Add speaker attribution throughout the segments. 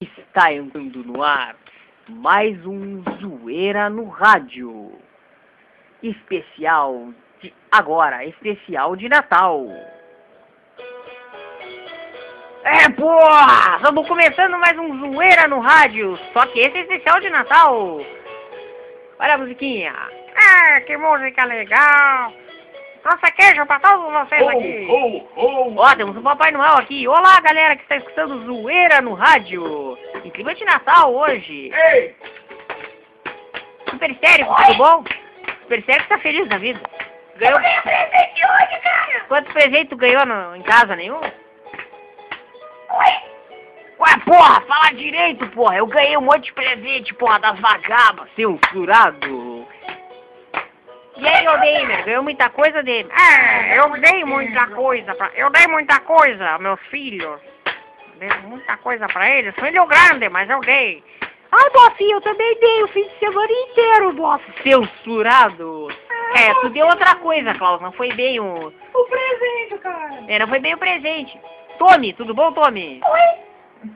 Speaker 1: Está entrando no ar mais um Zoeira no Rádio. Especial de agora, especial de Natal. É, porra! Estamos começando mais um Zoeira no Rádio, só que esse é especial de Natal. Olha a musiquinha.
Speaker 2: É, que música legal! Nossa, queijo pra todos vocês aqui!
Speaker 1: Ó, temos um Papai Noel aqui. Olá, galera que está escutando Zoeira no Rádio. Em clima de Natal hoje.
Speaker 3: Ei!
Speaker 1: Super sério, tá tudo bom? Super sério que tá feliz na vida. Ganhou...
Speaker 3: presente hoje, cara!
Speaker 1: Quantos presentes tu ganhou no- em casa? Nenhum?
Speaker 3: Oi!
Speaker 1: Ué, porra, fala direito, porra. Eu ganhei um monte de presente, porra, das vagabas, seu furado. E aí, ô Neymar, ganhou muita coisa, Ah, Neymar?
Speaker 2: É, eu dei muita coisa pra. Eu dei muita coisa aos meus filhos. Dei muita coisa pra eles. Filho grande, mas eu dei.
Speaker 1: Ah, Bofinho, eu também dei o fim de semana inteiro, Bof. Seu furado. É, tu deu outra coisa, Klaus, não foi bem o...
Speaker 3: O presente, cara!
Speaker 1: É, não foi bem o presente. Tommy, tudo bom, Tommy?
Speaker 3: Oi!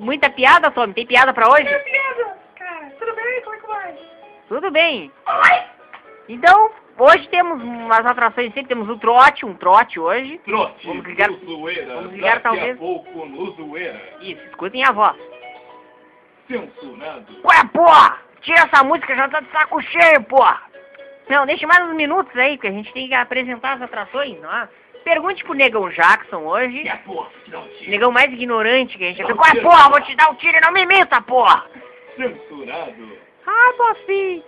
Speaker 1: Muita piada, Tommy? Tem piada pra hoje?
Speaker 3: Minha piada! Cara, tudo bem? Como é que vai?
Speaker 1: Tudo bem.
Speaker 3: Oi!
Speaker 1: Então, hoje temos umas atrações, sempre temos um trote, um trote hoje.
Speaker 4: Trote,
Speaker 1: Vamos ligar-
Speaker 4: no zoeira,
Speaker 1: vamos ligar
Speaker 4: daqui
Speaker 1: talvez.
Speaker 4: a pouco no zoeira,
Speaker 1: Isso, escutem a voz.
Speaker 4: censurado.
Speaker 1: Ué, porra! Tira essa música, já tá de saco cheio, porra! Não, deixa mais uns minutos aí, porque a gente tem que apresentar as atrações, não é? Pergunte pro Negão Jackson hoje.
Speaker 4: E a porra, não te
Speaker 1: Negão mais ignorante que a gente já viu. Qual é, porra? Vou te dar um tiro e não me imita, porra!
Speaker 4: censurado.
Speaker 1: Ai, bofi!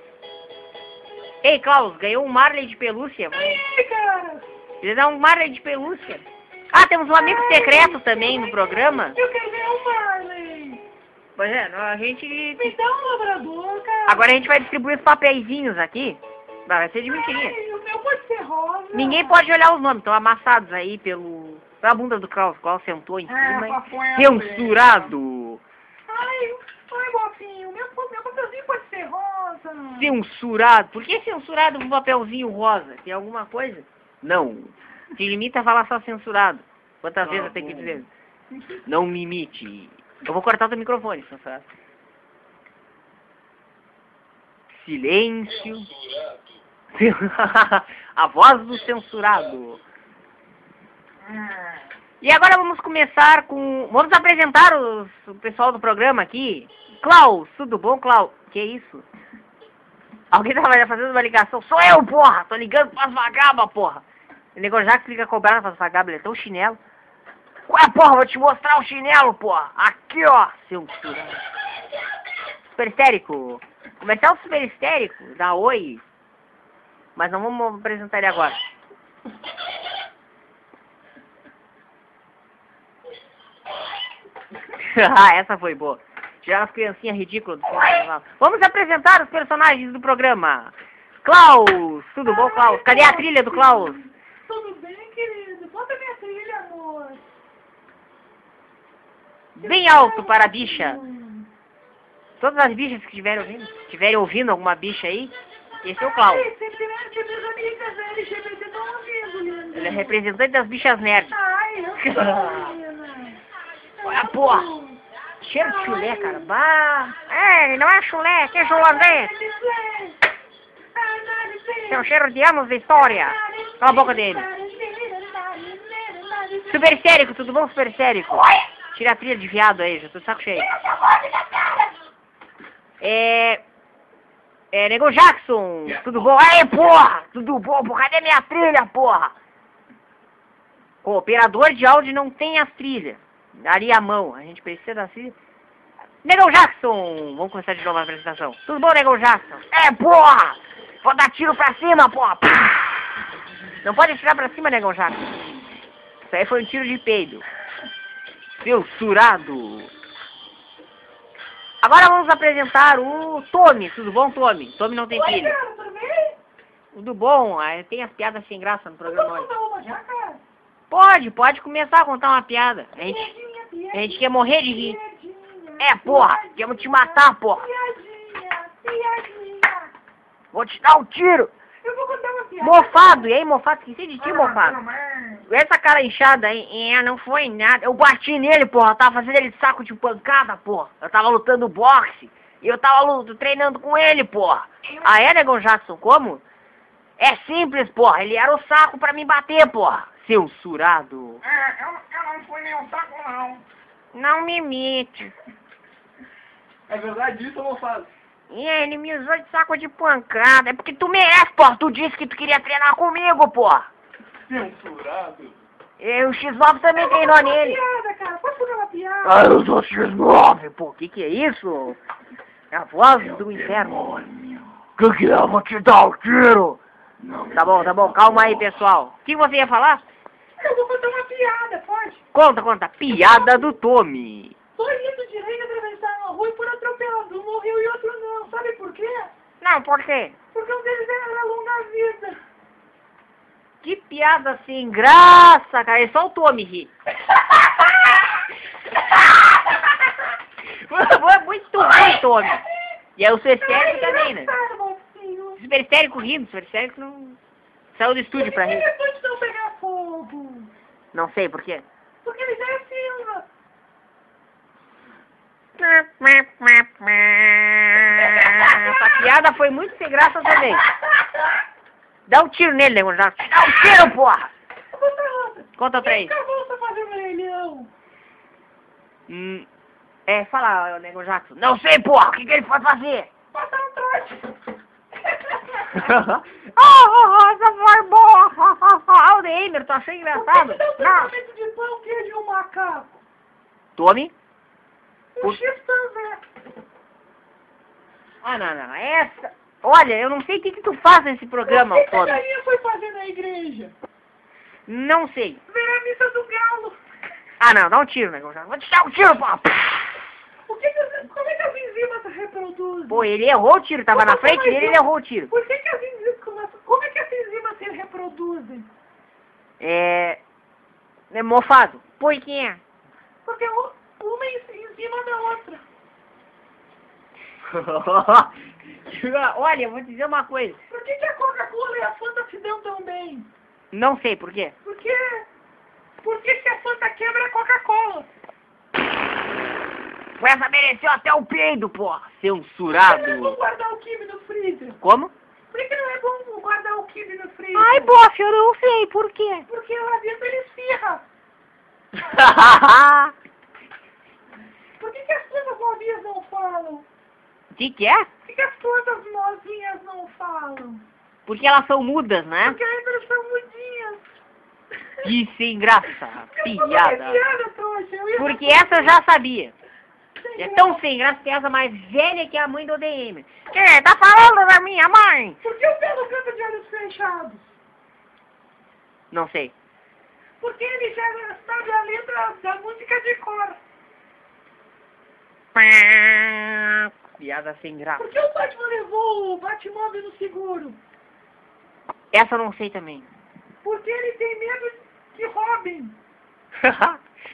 Speaker 1: Ei, Klaus, ganhou um Marley de pelúcia.
Speaker 3: Oi, Tá cara!
Speaker 1: Ele dá um Marley de pelúcia. Ah, temos um amigo secreto também no programa.
Speaker 3: Eu quero ver um Marley!
Speaker 1: Pois é, a gente...
Speaker 3: Me dá um labrador, cara!
Speaker 1: Agora a gente vai distribuir os papeizinhos aqui. Não, Vai ser de mentirinha.
Speaker 3: Ai, o meu pode ser rosa!
Speaker 1: Ninguém pode olhar os nomes, estão amassados aí pelo. pela bunda do Klaus, o Klaus sentou
Speaker 3: Ah,
Speaker 1: em cima. hein?
Speaker 3: é
Speaker 1: Censurado!
Speaker 3: Ai, ai, bofinho, meu, meu papelzinho pode ser rosa!
Speaker 1: Censurado! Por que censurado com um papelzinho rosa? Tem alguma coisa? Não. Te limita a falar só censurado. Quantas vezes eu tenho que dizer? Não me imite. Eu vou cortar o teu microfone, censurado. Silêncio. a voz do censurado. E agora vamos começar com. Vamos apresentar os- o pessoal do programa aqui. Klaus, tudo bom, Klaus? Que isso? Alguém tava fazendo uma ligação. Sou eu, porra! Tô ligando pras vagabas, porra! O negócio já que liga cobrado pras vagabas, ele é tão chinelo. Ué, porra, vou te mostrar o chinelo, porra! Aqui, ó, seu furado. Super histérico. Comercial super histérico, da Oi. Mas não vamos apresentar ele agora. ah, essa foi boa. Tirar as criancinhas ridículas do carnaval. Vamos apresentar os personagens do programa. Klaus! Tudo bom, Klaus? Cadê a trilha do Klaus?
Speaker 3: Tudo bem, querido? Bota minha trilha, amor!
Speaker 1: Bem alto para a bicha. Todas as bichas que estiverem ouvindo, estiverem ouvindo alguma bicha aí, esse é o Klaus.
Speaker 3: Ei, sempre antes, minhas amigas LGBT estão ouvindo, lindo.
Speaker 1: Ele é representante das bichas nerds.
Speaker 3: Ai, eu sei, menina.
Speaker 1: Olha, é porra. Cheiro de chulé, cara. Bah.
Speaker 2: É, não é chulé, queijo
Speaker 3: Ai,
Speaker 2: holandês.
Speaker 3: Alice.
Speaker 1: É
Speaker 2: Tem um cheiro de anos de história.
Speaker 1: Cala a boca dele. Super histérico, tudo bom, super histérico? Tira a trilha de viado aí, já tô de saco cheio. É. É, Negão Jackson, tudo bom? Aê, porra! Tudo bom, porra? Cadê minha trilha, porra? O operador de áudio não tem as trilhas. Daria a mão, a gente precisa da trilha. Negão Jackson! Vamos começar de novo a apresentação. Tudo bom, Negão Jackson? É, porra! Vou dar tiro pra cima, porra! Pá! Não pode atirar pra cima, Negão Jackson. Isso aí foi um tiro de peido. Censurado. Agora vamos apresentar o Tommy. Tudo bom, Tommy? Tommy não tem
Speaker 3: Oi,
Speaker 1: filho.
Speaker 3: cara, tudo bem?
Speaker 1: Tudo bom. ah, Tem as piadas sem graça no
Speaker 3: Eu
Speaker 1: programa
Speaker 3: posso
Speaker 1: hoje.
Speaker 3: contar uma já, cara?
Speaker 1: Pode, pode começar a contar uma piada. A gente,
Speaker 3: Piadinha,
Speaker 1: a gente
Speaker 3: piadinha,
Speaker 1: quer morrer de rir.
Speaker 3: piadinha.
Speaker 1: É, porra, queremos te matar, porra.
Speaker 3: Piadinha, piadinha.
Speaker 1: Vou te dar um tiro.
Speaker 3: Eu vou contar uma piada.
Speaker 1: Mofado, e aí, mofado? Esqueci de ti,
Speaker 3: Ah,
Speaker 1: mofado.
Speaker 3: pelo menos.
Speaker 1: Essa cara inchada aí, é, não foi nada. Eu bati nele, porra. Eu tava fazendo ele de saco de pancada, porra. Eu tava lutando boxe. E eu tava lu- treinando com ele, porra. Ah, é, negão Jackson, como? É simples, porra. Ele era o saco pra me bater, porra. Censurado.
Speaker 3: É, eu, eu não fui nem um saco, não.
Speaker 2: Não me imite.
Speaker 4: É verdade isso ou não faz?
Speaker 2: E ele me usou de saco de pancada. É porque tu merece.
Speaker 1: É, porra, tu disse que tu queria treinar comigo, porra.
Speaker 4: Censurado.
Speaker 1: E o X9 também treinou nele.
Speaker 3: piada, cara. Pode jogar uma piada.
Speaker 1: Ah, eu sou X9, pô, que que é isso? É a voz do inferno.
Speaker 4: Demônio.
Speaker 1: Que que é? Eu vou te dar o tiro.
Speaker 4: Não
Speaker 1: Tá bom, tá bom, calma aí, pessoal. O que você ia falar?
Speaker 3: Eu vou contar uma piada, pode?
Speaker 1: Conta, conta. Piada do Tommy.
Speaker 3: Dois litros de rei atravessaram a rua e foram atropelados. Um morreu e outro não. Sabe por quê?
Speaker 2: Não, por quê?
Speaker 3: Porque um deles era longa vida.
Speaker 1: Que piada sem graça, cara. É só o Tommy rir. Foi Muito bem, Tommy. E aí o
Speaker 3: Então
Speaker 1: seu histérico também, né?
Speaker 3: Engraçado, mocinho.
Speaker 1: Superstérico rindo, superstérico não... Saiu do estúdio pra rir.
Speaker 3: Por que eles não pegar fogo?
Speaker 1: Não sei por quê.
Speaker 3: Porque eles eram Silva.
Speaker 1: É, Essa
Speaker 2: é
Speaker 1: piada foi muito sem graça também. Dá um tiro nele, Negão Jackson. Dá um tiro, porra!
Speaker 3: Eu vou pra outra.
Speaker 1: Conta outra aí.
Speaker 3: Quem acabou de fazer um leilão?
Speaker 1: Hum, é, fala, Negão Jackson. Não sei, porra, o que, que ele pode fazer?
Speaker 3: Passar um trote.
Speaker 1: oh, oh, essa foi boa! Olha o Neymer, tu achei engraçado?
Speaker 3: Por que que dá um
Speaker 1: Não.
Speaker 3: tratamento de pão, queijo e um macaco?
Speaker 1: Tome.
Speaker 3: Um
Speaker 1: Por-
Speaker 3: X também.
Speaker 1: Ah, não, não, essa... Olha, eu não sei o que, que tu faz nesse programa,
Speaker 3: O que que a
Speaker 1: foda.
Speaker 3: galinha foi fazer na igreja?
Speaker 1: Não sei.
Speaker 3: Ver a missa do galo.
Speaker 1: Ah, não, dá um tiro, Negão Jackson. Vou te dar um tiro, porra!
Speaker 3: O que que as- como é que as enzimas se reproduzem?
Speaker 1: Pô, ele errou o tiro, tava na frente dele, ele errou o tiro.
Speaker 3: Por que que as enzimas, começam- como é que as enzimas se reproduzem?
Speaker 1: É. É mofado.
Speaker 2: Por quê?
Speaker 3: Porque u- uma en- enzima da outra.
Speaker 1: Olha, eu vou te dizer uma coisa.
Speaker 3: Por que, que a Coca-Cola e a Fanta se dão tão bem?
Speaker 1: Não sei por quê.
Speaker 3: Por que, por que se a Fanta quebra a Coca-Cola?
Speaker 1: Com essa mereceu até o peido, porra.
Speaker 3: Por que não é bom
Speaker 1: Censurado.
Speaker 3: guardar o kibe no freezer?
Speaker 1: Como?
Speaker 3: Por que não é bom guardar o kibe no freezer?
Speaker 1: bofe, eu não sei por quê.
Speaker 3: Porque lá dentro ele esfirra. Por que, que as plantas novinhas não falam?
Speaker 1: O que, que é?
Speaker 3: Por que, que as plantas novinhas não falam?
Speaker 1: Porque elas são mudas, né?
Speaker 3: Porque é ainda são mudinhas.
Speaker 1: Que sem graça.
Speaker 3: Eu vou fazer
Speaker 1: Piada.
Speaker 3: piada, trouxa. Eu ia
Speaker 1: Porque essa eu já sabia. É tão sem graça que essa mais velha que a mãe do DM. é?
Speaker 2: Que? Tá falando da minha mãe?
Speaker 3: Por que o Pedro canta de olhos fechados?
Speaker 1: Não sei.
Speaker 3: Porque ele já sabe a letra da música de cor.
Speaker 1: Piada sem graça.
Speaker 3: Por que o Batman levou o Batmóvel no seguro?
Speaker 1: Essa eu não sei também.
Speaker 3: Porque ele tem medo de Robin.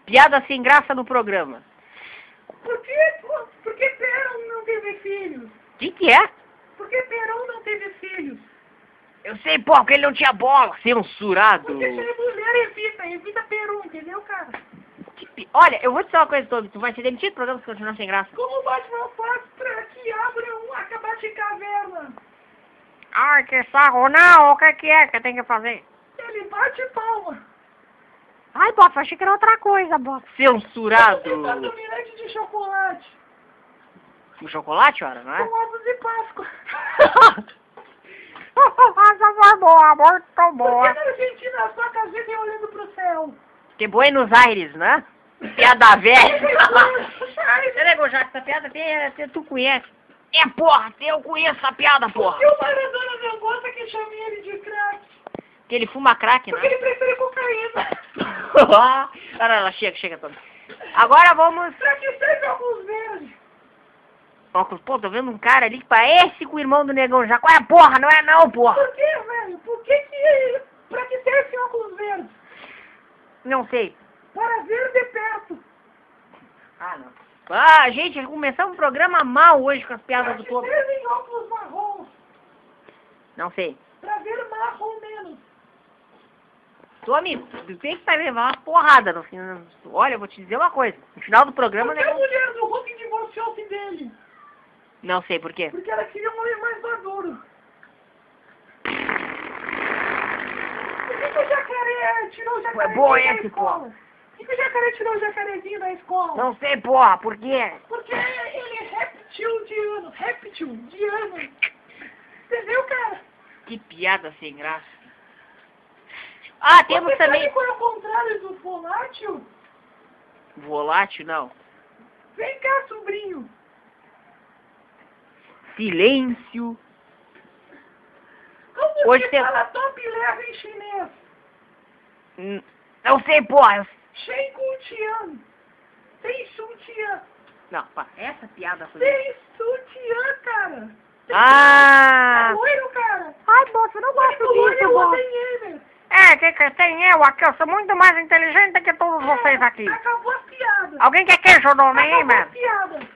Speaker 1: Piada sem graça no programa.
Speaker 3: Por que, por que Peron não teve filhos?
Speaker 1: O que, que é?
Speaker 3: Por que Peron não teve filhos?
Speaker 1: Eu sei, porra, porque ele não tinha bola. Censurado.
Speaker 3: Porque se ele é mulher, evita, evita Peru, entendeu, cara?
Speaker 1: Que pi- Olha, eu vou te falar uma coisa, Tommy. Tu vai ser demitido do programa se continuar sem graça.
Speaker 3: Como o Batman faz pra que abra um acabar de caverna?
Speaker 2: Ai, que sarro. Não, o que que é que tem que fazer?
Speaker 3: Ele bate palma.
Speaker 2: Ai, bofe, achei que era outra coisa, bofe.
Speaker 3: Ele faz um
Speaker 1: Censurado.
Speaker 3: mirante de chocolate.
Speaker 1: O chocolate, ora, não é?
Speaker 3: Com ovos de Páscoa.
Speaker 2: Essa foi boa, muito
Speaker 3: Por que
Speaker 2: boa.
Speaker 3: na Argentina as vacas vivem olhando pro céu?
Speaker 1: Que Buenos Aires, né? Piada velha.
Speaker 3: Por
Speaker 1: Peraí, Gojac, é essa piada tem, tem- tu conhece. É, porra, eu conheço essa piada, porra.
Speaker 3: que o Maradona não gosta que chame ele de crack?
Speaker 1: Que ele fuma crack,
Speaker 3: Porque
Speaker 1: né?
Speaker 3: ele prefere cocaína.
Speaker 1: Ah, não, não, chega, chega, Tommy. Agora vamos...
Speaker 3: Pra que serve alguns verdes?
Speaker 1: Óculos, pô, tô vendo um cara ali que parece com o irmão do negão já. Qual é, porra? Não é não, porra.
Speaker 3: Por que, velho? Por que que... Pra que serve óculos verdes?
Speaker 1: Não sei.
Speaker 3: Para ver de perto.
Speaker 1: Ah, não. Ah, gente, começamos um programa mal hoje com as piadas do
Speaker 3: Eles
Speaker 1: povo.
Speaker 3: têm óculos marrons
Speaker 1: Não sei.
Speaker 3: pra ver marrom menos.
Speaker 1: Ô amigo, tu tem que tá vai levar uma porrada no final. Olha, eu vou te dizer uma coisa. No final do programa,
Speaker 3: Porque a
Speaker 1: né?
Speaker 3: mulher do Hulk divorciou-se dele.
Speaker 1: Não sei por quê.
Speaker 3: Porque ela queria um homem mais maduro. Por que, que o jacaré tirou o jacaré
Speaker 1: É boa
Speaker 3: da
Speaker 1: esse,
Speaker 3: escola? Por que, que o jacaré tirou o jacarezinho da escola?
Speaker 1: Não sei, porra, por quê?
Speaker 3: Porque ele é reptil de ano. Reptil de ano. Entendeu, cara?
Speaker 1: Que piada sem graça. Ah, temos
Speaker 3: Você
Speaker 1: também.
Speaker 3: sabe qual é o contrário do volátil?
Speaker 1: Volátil, não.
Speaker 3: Vem cá, sobrinho.
Speaker 1: Silêncio.
Speaker 3: Como você
Speaker 1: Hoje tem-
Speaker 3: fala top leve em chinês?
Speaker 1: Hum, Não sei, porra. eu-
Speaker 3: Shen Kun Tian. Tem Shun Tian.
Speaker 1: Não, pá. Essa piada foi.
Speaker 3: Tem Shun Tian, cara. Tem
Speaker 1: Ah!
Speaker 3: loiro, cara.
Speaker 2: Ai, moço, eu não
Speaker 3: Ele
Speaker 2: gosto
Speaker 3: falou,
Speaker 2: disso,
Speaker 3: eu
Speaker 2: moço.
Speaker 3: odeio ele.
Speaker 2: É, que, que tem eu aqui, eu sou muito mais inteligente que todos vocês aqui.
Speaker 3: É, Acabou as piadas.
Speaker 2: Alguém quer queijo no meio, hein,
Speaker 3: Acabou as
Speaker 2: mano?
Speaker 3: piadas.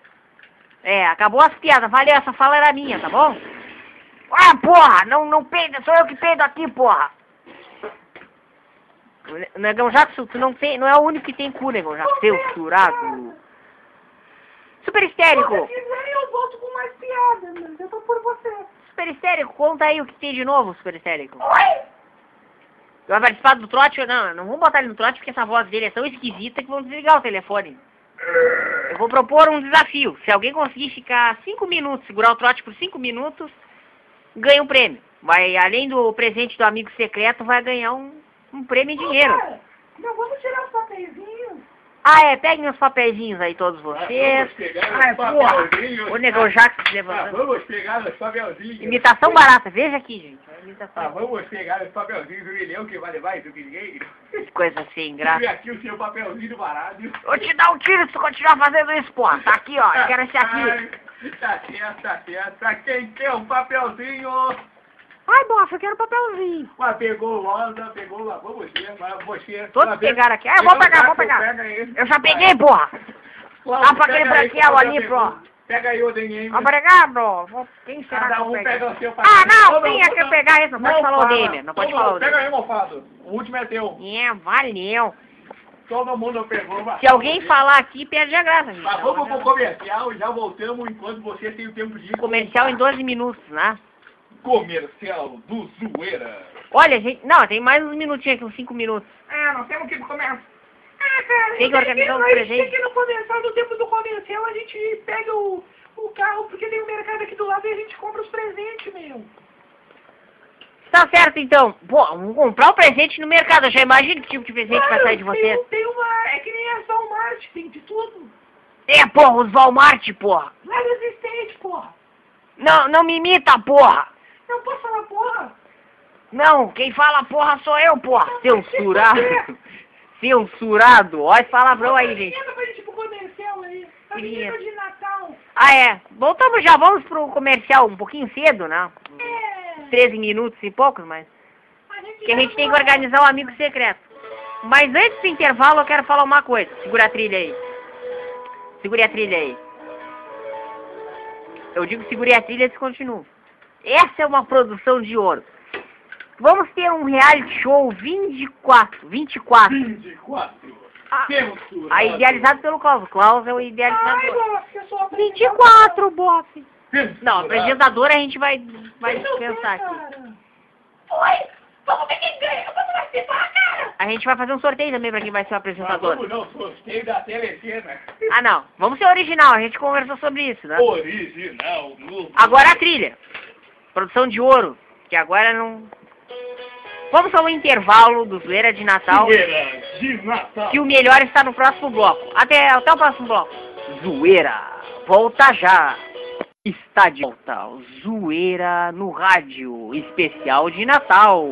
Speaker 1: É, acabou as piadas. Valeu, essa fala era minha, tá bom? Ah, porra! Não, não peida, sou eu que peido aqui, porra! Ne- Negão Jackson, tu não, tem, não é o único que tem cu, Negão Jackson.
Speaker 3: é
Speaker 1: Censurado. Super
Speaker 3: Se
Speaker 1: histérico!
Speaker 3: você quiser, eu volto com mais piadas, mas eu tô por você.
Speaker 1: Super histérico, conta aí o que tem de novo, Super histérico.
Speaker 3: Oi!
Speaker 1: Vai participar do trote? Não, não vamos botar ele no trote porque essa voz dele é tão esquisita que vão desligar o telefone. Eu vou propor um desafio. Se alguém conseguir ficar cinco minutos, segurar o trote por cinco minutos, ganha um prêmio. Vai, além do presente do amigo secreto, vai ganhar um, um prêmio em dinheiro.
Speaker 3: Cara, não vamos tirar os papeizinhos?
Speaker 1: Ah, é, peguem os papeizinhos aí todos vocês. Ah,
Speaker 4: Ah, vamos pegar
Speaker 1: Ai,
Speaker 4: os
Speaker 1: porra.
Speaker 4: papelzinhos.
Speaker 1: O Negão Jacques
Speaker 4: Ah,
Speaker 1: levantando.
Speaker 4: vamos pegar os papelzinhos.
Speaker 1: Imitação barata, veja aqui, gente. Uma
Speaker 4: Ah,
Speaker 1: Imitação.
Speaker 4: vamos pegar os papelzinhos do milhão que vale mais do que ninguém.
Speaker 1: Que Coisa sem graça.
Speaker 4: Vem aqui o seu papelzinho do barato.
Speaker 1: Vou te dar um tiro se tu continuar fazendo isso, porra. Tá aqui, ó. Quero esse aqui.
Speaker 4: Ai, Tá certo, tá certo. Pra quem quer um papelzinho,
Speaker 2: Ai, moço, eu quero papelzinho.
Speaker 4: mas pegou rosa, pegou lá, vamos ver, mas você...
Speaker 1: Todos
Speaker 4: uma vez-
Speaker 1: pegaram aqui. Ah, eu vou
Speaker 4: Pegou
Speaker 1: pegar,
Speaker 4: o
Speaker 1: vou
Speaker 4: Jackson,
Speaker 1: pegar.
Speaker 4: pega ele.
Speaker 1: Eu já peguei, porra.
Speaker 4: Cláudio,
Speaker 1: Dá pra aquele
Speaker 4: pega aí,
Speaker 1: branquelo
Speaker 4: Cláudio,
Speaker 1: ali,
Speaker 4: já
Speaker 1: pro-
Speaker 4: pegou. Pega aí, o DM.
Speaker 2: Obrigado. Vou- Quem será
Speaker 4: Cada
Speaker 2: que eu
Speaker 4: um
Speaker 2: pego?
Speaker 4: pega o seu
Speaker 2: Ah, não,
Speaker 4: Todo
Speaker 2: tem
Speaker 4: mundo-
Speaker 2: que pegar isso. Não pode falar o
Speaker 4: fala.
Speaker 1: DM, não pode
Speaker 4: Todo mundo-
Speaker 1: falar o
Speaker 4: Pega aí, mofado. O último é teu.
Speaker 1: É, valeu.
Speaker 4: Todo mundo pegou. mas-
Speaker 1: Se alguém falar aqui, perde a graça, gente.
Speaker 4: Mas vamos pro comercial, já voltamos enquanto você tem o tempo de ir.
Speaker 1: É um Comercial em 12 minutos, né?
Speaker 4: Comercial do Zoeira.
Speaker 1: Olha, gente. Não, tem mais uns minutinhos aqui, uns 5 minutos.
Speaker 3: Ah, não temos que começar. Ah, cara,
Speaker 1: Tem que organizar um
Speaker 3: a gente
Speaker 1: presente.
Speaker 3: tem que no comercial, no tempo do comercial, a gente pega o, o carro, porque tem um mercado aqui do lado e a gente compra os presentes, meu.
Speaker 1: Tá certo, então. Pô, vamos comprar um presente no mercado. Eu já imagino que tipo de presente vai
Speaker 3: Claro,
Speaker 1: sair de
Speaker 3: tem,
Speaker 1: vocês.
Speaker 3: um- tem uma. É que nem a Walmart, tem de tudo.
Speaker 1: É, porra, os Walmart, porra.
Speaker 3: Várias existentes, porra.
Speaker 1: Não, não me imita, porra.
Speaker 3: Não posso falar porra.
Speaker 1: Não, quem fala porra sou eu, porra. Censurado. Censurado. Olha esse palavrão aí, gente.
Speaker 3: Vinheta pra gente ir pro comercial aí. A
Speaker 1: Vinheta.
Speaker 3: vinheta de Natal.
Speaker 1: Ah, é. Voltamos já, vamos pro comercial um pouquinho cedo, né?
Speaker 3: É.
Speaker 1: 13 minutos e poucos, mas.
Speaker 3: A gente, tá
Speaker 1: Que a gente
Speaker 3: já
Speaker 1: tem que
Speaker 3: volta.
Speaker 1: organizar o amigo secreto. Mas antes do intervalo, eu quero falar uma coisa. Segura a trilha aí. Segure a trilha aí. Eu digo segure a trilha e descontinuo. Essa é uma produção de ouro. Vamos ter um reality show 24. 24.
Speaker 4: 24.
Speaker 1: Ah,
Speaker 4: Censurado.
Speaker 1: Ah, idealizado pelo Klaus. Klaus é o
Speaker 3: Ai,
Speaker 1: idealizador.
Speaker 3: nossa, eu sou a primeira.
Speaker 1: 24, bofe.
Speaker 4: Censurado.
Speaker 1: Não, apresentador a gente vai, vai
Speaker 3: Deixa eu ver,
Speaker 1: pensar aqui.
Speaker 3: cara. Oi, vamos ver quem ganha. Eu posso participar, cara.
Speaker 1: A gente vai fazer um sorteio também pra quem vai ser o
Speaker 4: Ah,
Speaker 1: apresentador.
Speaker 4: vamos não, sorteio da telecena.
Speaker 1: Ah, não. Vamos ser original. A gente conversou sobre isso, né?
Speaker 4: Original. novo.
Speaker 1: Agora a trilha. Produção de ouro. Que agora não... Vamos ao intervalo do Zoeira de Natal.
Speaker 4: Zoeira de Natal.
Speaker 1: Que o melhor está no próximo bloco. Até, até o próximo bloco. Zoeira. Volta já. Está de volta. o Zoeira no rádio. Especial de Natal.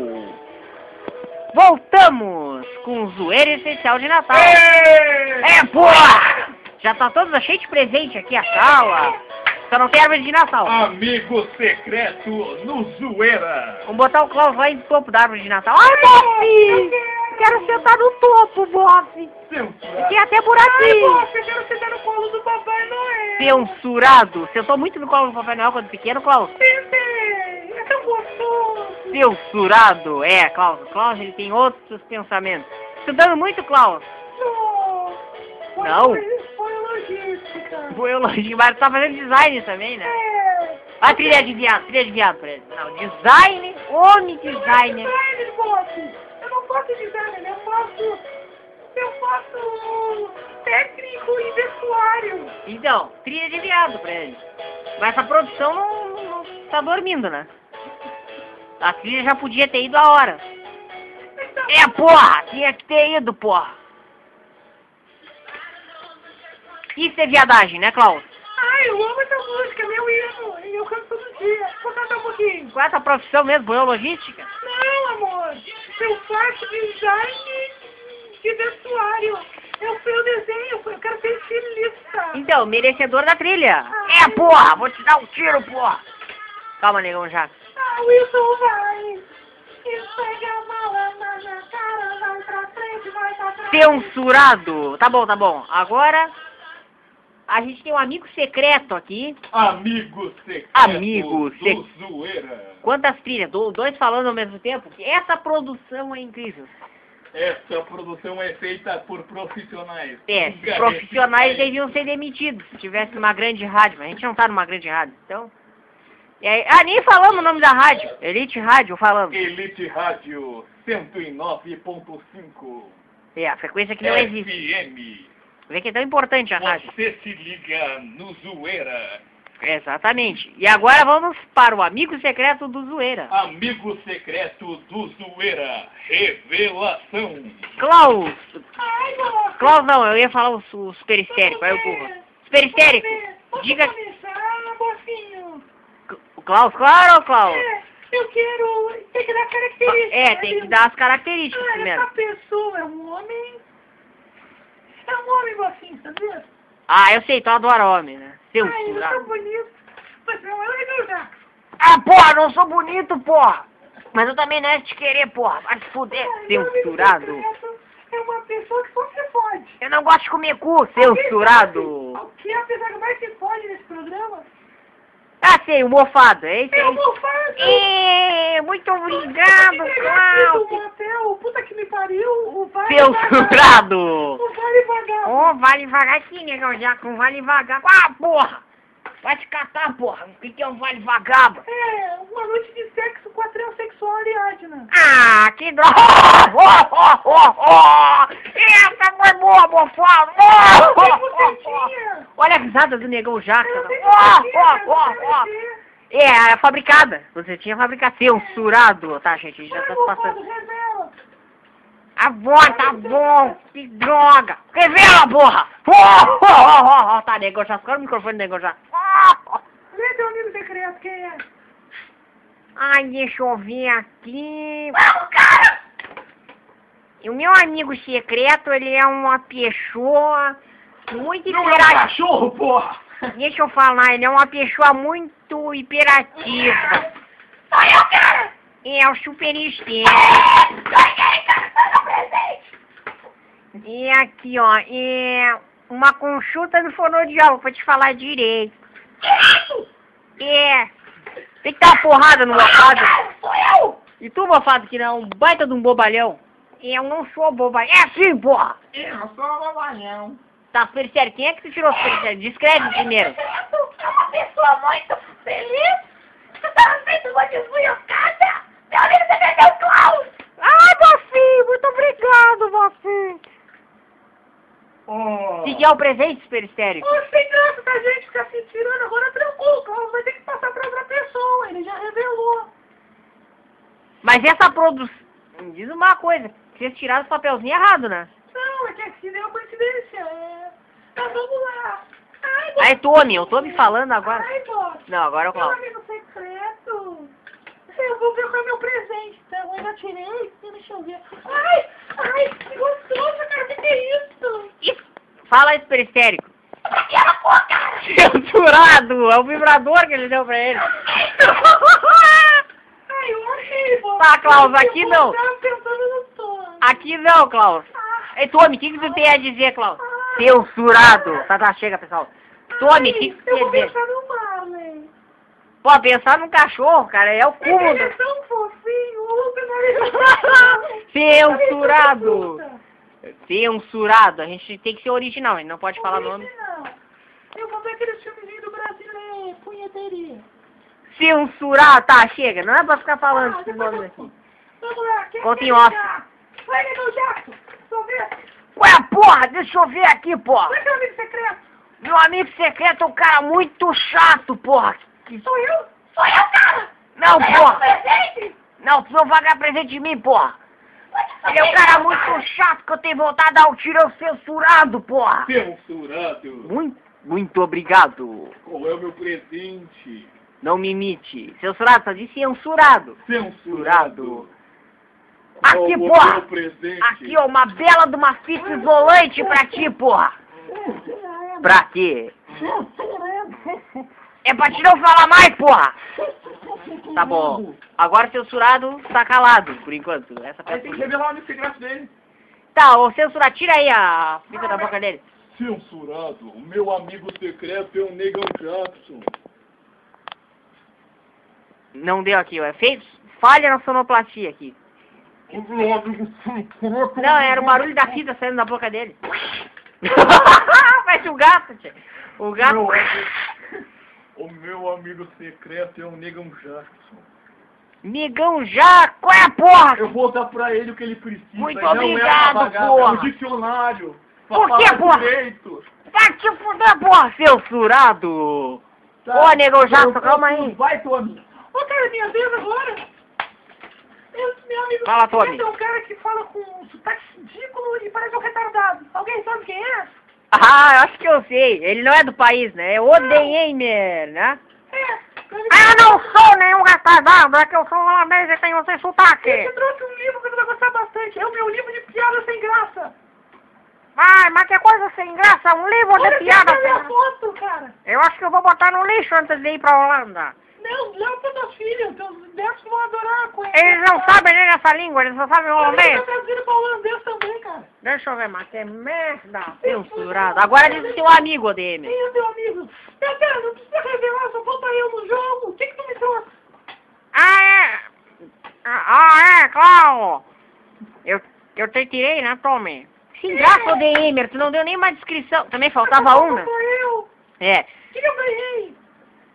Speaker 1: Voltamos com o Zoeira Especial de Natal. É, porra! Já tá toda cheia de presente aqui a sala. Só não tem árvore de Natal.
Speaker 4: Amigo secreto no Zoeira.
Speaker 1: Vamos botar o Klaus lá em topo da árvore de Natal. Ai, Boff! Quero sentar no topo, Boff!
Speaker 4: Censurado.
Speaker 1: Tem até
Speaker 3: Ai,
Speaker 1: buraquinho.
Speaker 3: nossa, eu quero sentar tá no colo do Papai Noel.
Speaker 1: Censurado. Sentou muito no colo do Papai Noel quando pequeno, Klaus.
Speaker 3: Pepe, é tão gostoso.
Speaker 1: censurado. É, Klaus. O Klaus ele tem outros pensamentos. Estudando muito, Klaus.
Speaker 3: Não. Foi-
Speaker 1: Não.
Speaker 3: Foi, foi logística.
Speaker 1: O elogio, mas tu tá fazendo design também, né?
Speaker 3: É.
Speaker 1: A trilha de viado, trilha de viado pra ele. Não, design, homem
Speaker 3: Eu não faço
Speaker 1: designer.
Speaker 3: design, moço. Eu não faço design, eu faço... Eu faço técnico e vestuário.
Speaker 1: Então, trilha de viado pra ele. Mas essa produção não, não- não tá dormindo, né? A trilha já podia ter ido a hora.
Speaker 3: Então,
Speaker 1: É, porra! Tinha que ter ido, porra! Isso é viadagem, né, Klaus?
Speaker 3: Ai, Ah, eu amo essa música, é meu hino. E eu canto todo dia. Vou cantar um pouquinho.
Speaker 1: Qual é essa profissão mesmo? Biologística?
Speaker 3: Não, amor. Eu faço design de vestuário. Eu, eu desenho, eu quero ser estilista.
Speaker 1: Então, merecedor da trilha. É, porra! Vou te dar um tiro, porra! Calma, negão, já.
Speaker 3: Ah, Wilson vai. Esfrega a malandra na cara, vai pra frente, vai pra trás.
Speaker 1: Censurado! Tá bom, tá bom. Agora, a gente tem um amigo secreto aqui.
Speaker 4: Amigo secreto
Speaker 1: Amigo
Speaker 4: do
Speaker 1: sec-
Speaker 4: Zoeira.
Speaker 1: Quantas trilhas? Do- Dois falando ao mesmo tempo. Que Essa produção é incrível.
Speaker 4: Esta produção é feita por profissionais.
Speaker 1: É,
Speaker 4: Nunca
Speaker 1: profissionais
Speaker 4: é-
Speaker 1: deviam ser demitidos se tivesse uma grande rádio, mas a gente não tá numa grande rádio, então. E aí- ah, nem falamos o nome da rádio. Elite Rádio falamos.
Speaker 4: Elite Rádio 109.5.
Speaker 1: É, a frequência que não existe.
Speaker 4: FM.
Speaker 1: Vê que é tão importante a rádio. É,
Speaker 4: Você se liga no Zoeira.
Speaker 1: Exatamente. E agora vamos para o amigo secreto do Zoeira.
Speaker 4: Amigo secreto do Zoeira. Revelação.
Speaker 1: Klaus.
Speaker 3: Ai, amor.
Speaker 1: Klaus não, eu ia falar o, su- o super histérico, aí eu burro. Super histérico. Diga.
Speaker 3: Diga. começar, mocinho.
Speaker 1: O Klaus, claro, Klaus.
Speaker 3: É, eu quero. Tem que dar característica. né?
Speaker 1: É, tem que dar as características
Speaker 3: Ah, essa
Speaker 1: primeiro.
Speaker 3: pessoa é um homem. É um homem mocinho, tá vendo?
Speaker 1: Ah, eu sei, tu adora homem, né? Seu
Speaker 3: Ai, ele é
Speaker 1: furado.
Speaker 3: tão bonito. Mas não é legal, já.
Speaker 1: Ah, porra, não sou bonito, porra! Mas eu também não é te querer, porra. Vai se fuder,
Speaker 3: Ai, meu amigo
Speaker 1: censurado.
Speaker 3: secreto É uma pessoa que só se fode.
Speaker 1: Eu não gosto de comer cu, censurado.
Speaker 3: O que é a pessoa que mais se fode nesse programa?
Speaker 1: Ah, sei, o mofado, é isso
Speaker 3: É o
Speaker 1: aí.
Speaker 3: Mofado!
Speaker 1: Ê, muito obrigado,
Speaker 3: Claudio!
Speaker 1: Cláudio. um
Speaker 3: O um puta que me pariu, o Vale Vagar.
Speaker 1: Censurado.
Speaker 3: O Vale Vagar.
Speaker 1: Ô, vale vagar aqui, negão, já com vale vagar. Ah, porra! Vai te catar, porra. O que que é um vale vagabo?
Speaker 3: É, uma noite de sexo com a transexual Ariadna.
Speaker 1: Ah, que droga! Oh, oh, oh, oh. Essa foi boa, mofado! Oh, oh, oh, oh.
Speaker 3: Bucetinha.
Speaker 1: Olha a risada do negão Jaca.
Speaker 3: Eu
Speaker 1: Ó,
Speaker 3: tenho
Speaker 1: ó,
Speaker 3: bucetinha,
Speaker 1: ó,
Speaker 3: eu
Speaker 1: ó.
Speaker 3: quero ver.
Speaker 1: É, é fabricada. Você tinha fabricado. Censurado, tá, gente? Já tá
Speaker 3: Vai,
Speaker 1: se
Speaker 3: Mofado,
Speaker 1: passando.
Speaker 3: revela.
Speaker 1: Ah, bom, tá bom. Que droga. Revela, porra. Ó, ó, ó, ó. Tá, negão Jaca. Qual é o microfone do negão Jaca? Ó, ó.
Speaker 3: Lê teu amigo secreto, quem é?
Speaker 1: Ai, deixa eu ver aqui. Ah, cara! E o meu amigo secreto, ele é uma pessoa muito
Speaker 4: Não é um
Speaker 1: hiperativa.
Speaker 4: cachorro, porra!
Speaker 1: Deixa eu falar, ele é uma pessoa muito hiperativa. É o super estéreo. E aqui, ó, é uma consulta no fonoaudiólogo, pra te falar direito. É. Tem que dar uma porrada no mofado. E tu, mofado, que não é um baita de um bobalhão? Eu não sou bobalhão. É sim, porra!
Speaker 4: Eu não sou um babalhão.
Speaker 1: Tá, super sério. Quem é que tu tirou super sério? Descreve primeiro.
Speaker 3: É uma pessoa muito feliz. Tu tá sendo uma desmunhocada. Meu amigo secreto é o Klaus.
Speaker 1: Ai, Bafi, muito obrigado, Bafi.
Speaker 4: Oh.
Speaker 1: Se quer o presente, super estéreo.
Speaker 3: Ô, sem graça da gente ficar se tirando, agora trancou. O Klaus vai ter que passar pra outra pessoa. Ele já revelou.
Speaker 1: Mas essa produção... Me diz uma coisa. Vocês tiraram o papelzinho errado, né?
Speaker 3: Não, é que aqui deu coincidência. É. Mas vamos lá. Ai,
Speaker 1: Aí, Tony, eu tô me falando agora.
Speaker 3: Ai, Bob.
Speaker 1: Não, agora eu
Speaker 3: Meu
Speaker 1: falo.
Speaker 3: amigo secreto. Eu vou ver qual é meu presente. Tá? Eu já tirei. Deixa eu ver. Ai, ai, que gostoso, cara. O que que é isso?
Speaker 1: Fala aí, super histérico.
Speaker 3: Pra que ela pô, cara?
Speaker 1: Censurado! É o vibrador que ele deu pra ele.
Speaker 3: Ai, horrível.
Speaker 1: Tá, Klaus, aqui não.
Speaker 3: Eu tava pensando no sono.
Speaker 1: Aqui não, Klaus.
Speaker 3: Ah,
Speaker 1: Ei, Tony, o que, que tu tem a dizer, Klaus? Censurado. Tá, tá, chega, pessoal. Tome,
Speaker 3: ai,
Speaker 1: o que que
Speaker 3: Eu
Speaker 1: você
Speaker 3: vou
Speaker 1: diz?
Speaker 3: pensar no Marley.
Speaker 1: Pô, pensar num cachorro, cara, é o cúmulo.
Speaker 3: Ele é tão fofinho, o é Lucas ele
Speaker 1: do- Censurado! Censurado. A gente tem que ser original, a gente não pode falar nome.
Speaker 3: Eu vou ver aqueles filmezinhos do brasileiro, punheteria.
Speaker 1: Censurado. Tá, chega. Não é pra ficar falando
Speaker 3: Ah,
Speaker 1: esses
Speaker 3: depois
Speaker 1: nomes
Speaker 3: eu-
Speaker 1: aqui.
Speaker 3: Vamos lá, quem
Speaker 1: Conta em
Speaker 3: quer
Speaker 1: off.
Speaker 3: ligar? Vai, Negão Jato! Vamos ver!
Speaker 1: Ué, porra, deixa eu ver aqui, porra.
Speaker 3: Vai, meu amigo secreto!
Speaker 1: Meu amigo secreto é um cara muito chato, porra.
Speaker 3: Sou eu? Sou eu, cara!
Speaker 1: Não,
Speaker 3: Sou eu,
Speaker 1: porra.
Speaker 3: presente!
Speaker 1: Não, tu não vai ganhar presente de mim, porra. Ele é um cara muito chato que eu tenho vontade de dar um tiro ao censurado, porra.
Speaker 4: Censurando.
Speaker 1: Muito, muito obrigado.
Speaker 4: Qual é o meu presente?
Speaker 1: Não me imite. Censurado, só disse censurado.
Speaker 4: Censurado.
Speaker 1: Aqui,
Speaker 4: Qual é o
Speaker 1: porra.
Speaker 4: meu presente?
Speaker 1: Aqui, ó, uma bela de uma fita isolante pra ti, porra. Pra quê? É pra ti não falar mais, porra. Tá bom. Agora o censurado tá calado, por enquanto. Essa
Speaker 4: Aí tem que
Speaker 1: peça...
Speaker 4: revelar o meu secreto dele.
Speaker 1: Tá, ô censurado, tira aí a fita da boca dele.
Speaker 4: Censurado. O meu amigo secreto é o Negão Jackson.
Speaker 1: Não deu aqui, ó. É feito... Falha na sonoplastia aqui.
Speaker 4: O meu amigo secreto. é
Speaker 1: Não, era o barulho da fita saindo da boca dele. Parece um gato, tia. O gato.
Speaker 4: Não é. O meu amigo secreto é o Negão Jackson.
Speaker 1: Negão já! Qual é a porra?
Speaker 4: Eu vou dar pra ele o que ele precisa.
Speaker 1: Muito
Speaker 4: e não
Speaker 1: obrigado,
Speaker 4: é uma bagada,
Speaker 1: porra.
Speaker 4: É um dicionário. pra
Speaker 1: Por quê,
Speaker 4: falar
Speaker 1: porra?
Speaker 4: Direito.
Speaker 1: Vai te fuder, porra, censurado! Ô, Negão Jackson,
Speaker 4: Meu
Speaker 1: calma
Speaker 4: Deus,
Speaker 1: aí.
Speaker 4: tá? Vai, Tony.
Speaker 3: Ô, cara, minha vez agora! Eu, meu amigo
Speaker 1: Fala, Tony.
Speaker 3: secreto é um cara que fala com um sotaque ridículo e parece um retardado. Alguém sabe quem é?
Speaker 1: Ah, eu acho que eu sei. Ele não é do país, né? É Odenheimer, né?
Speaker 3: É! meu amigo
Speaker 1: Ah,
Speaker 2: Ah, Eu não sou nenhum retardado, é que eu sou holandês e tenho
Speaker 1: um
Speaker 2: sem
Speaker 3: Eu te
Speaker 2: sotaque.
Speaker 3: trouxe um livro que tu vai gostar bastante. É o meu livro de piada sem graça.
Speaker 2: Vai, mas que coisa sem graça, um livro de
Speaker 3: Olha
Speaker 2: piada sem
Speaker 3: essa minha
Speaker 2: graça.
Speaker 3: foto, cara.
Speaker 2: Eu acho que eu vou botar no lixo antes de ir pra Holanda.
Speaker 3: Não, leva pra tua filha. Teus netos vão adorar conhecer.
Speaker 2: Eles não sabem nem essa língua, eles só sabem
Speaker 1: é
Speaker 3: Eu
Speaker 2: holandês.
Speaker 3: traduzindo pra holandês também, cara.
Speaker 2: Deixa eu ver, mas que merda.
Speaker 1: Censurado. Agora diz o teu amigo, Odenheimer.
Speaker 3: Quem é teu amigo? Meu Deus, não precisa revelar, só falta eu no jogo. O que que tu me trouxe?
Speaker 2: Ah, é. Ah, é, claro. Eu, eu te tirei, né, Tommy?
Speaker 1: Sem graça, Odenheimer, tu não deu nenhuma descrição. Também faltava um, né? uma?
Speaker 3: Essa foto Foi eu. O
Speaker 1: É.
Speaker 3: que que eu ganhei?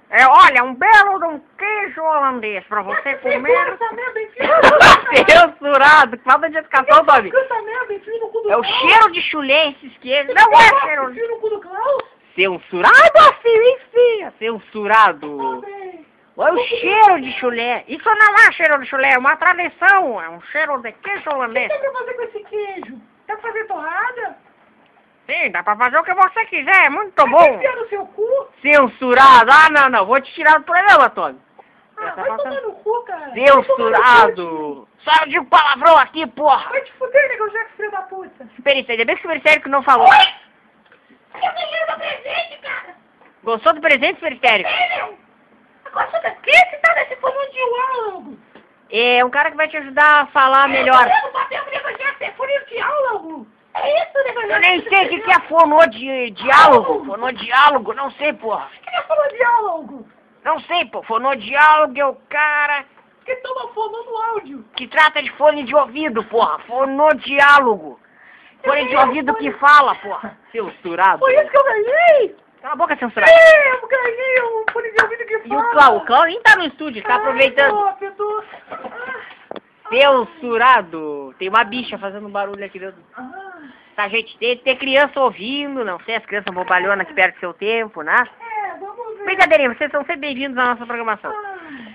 Speaker 2: É, olha, um belo de um queijo holandês pra você
Speaker 3: Essa
Speaker 2: comer.
Speaker 3: Essa merda, enfia no cu da-
Speaker 1: Censurado, que falta de educação, Tommy.
Speaker 3: Essa merda, enfia no cu do
Speaker 1: É o
Speaker 3: Klaus.
Speaker 1: cheiro de chulé esses queijos. Não é cheiro de...
Speaker 3: Enfia no cu do Klaus?
Speaker 1: Censurado, assim, enfim. Censurado.
Speaker 3: Também.
Speaker 2: É
Speaker 1: Olha o cheiro de chulé.
Speaker 2: Isso não é cheiro de chulé, é uma tradição. É um cheiro de queijo
Speaker 3: O que
Speaker 2: holandês.
Speaker 3: dá pra fazer com esse queijo? Dá pra fazer torrada?
Speaker 2: Sim, dá pra fazer o que você quiser, é
Speaker 1: Tá
Speaker 2: muito
Speaker 3: Vai
Speaker 2: bom.
Speaker 3: enfiar no seu cu?
Speaker 1: Censurado. Ah, não, não. Vou te tirar do programa, Tommy.
Speaker 3: Ah,
Speaker 1: Essa
Speaker 3: vai
Speaker 1: nossa-
Speaker 3: tomar no cu, cara. Vai tomar no cu,
Speaker 1: Censurado. Só eu digo palavrão aqui,
Speaker 3: tio.
Speaker 1: porra.
Speaker 3: Vai te fuder, negão, já que filho da puta.
Speaker 1: Pericério, ainda bem que o Pericério que não falou.
Speaker 3: Eu ganhei meu presente, cara.
Speaker 1: Gostou do presente, Pericério?
Speaker 3: Meu. Agora você tá... Quem é que tá nesse fogão de aula,
Speaker 1: É um cara que vai te ajudar a falar Tá melhor.
Speaker 3: Eu não Tá bateu com o negão, já que é folha de aula, É isso, negão, já
Speaker 1: Eu nem sei o que, que é fonodiálogo. Fonodiálogo, não sei, porra.
Speaker 3: O que é folha de aula,
Speaker 1: Não sei, pô. Fonodiálogo é o cara
Speaker 3: Que toma fono no áudio.
Speaker 1: que trata de fone de ouvido, porra. Fonodiálogo. Fone de ouvido que fala, porra. Censurado.
Speaker 3: Foi isso que eu ganhei.
Speaker 1: Cala a boca, censurado.
Speaker 3: Ih, Eu ganhei um fone de ouvido que
Speaker 1: E
Speaker 3: fala.
Speaker 1: o Clau, o Clau nem tá no estúdio, ele tá aproveitando.
Speaker 3: Ah, eu tô- ah,
Speaker 1: Censurado. Tem uma bicha fazendo barulho aqui dentro.
Speaker 3: ah.
Speaker 1: Tá, gente, tem tem criança ouvindo, não sei, as crianças bobalhonas que perdem seu tempo, né?
Speaker 3: É, vamos ver.
Speaker 1: Brincadeirinha, vocês são sempre bem-vindos à nossa programação.
Speaker 3: Ah.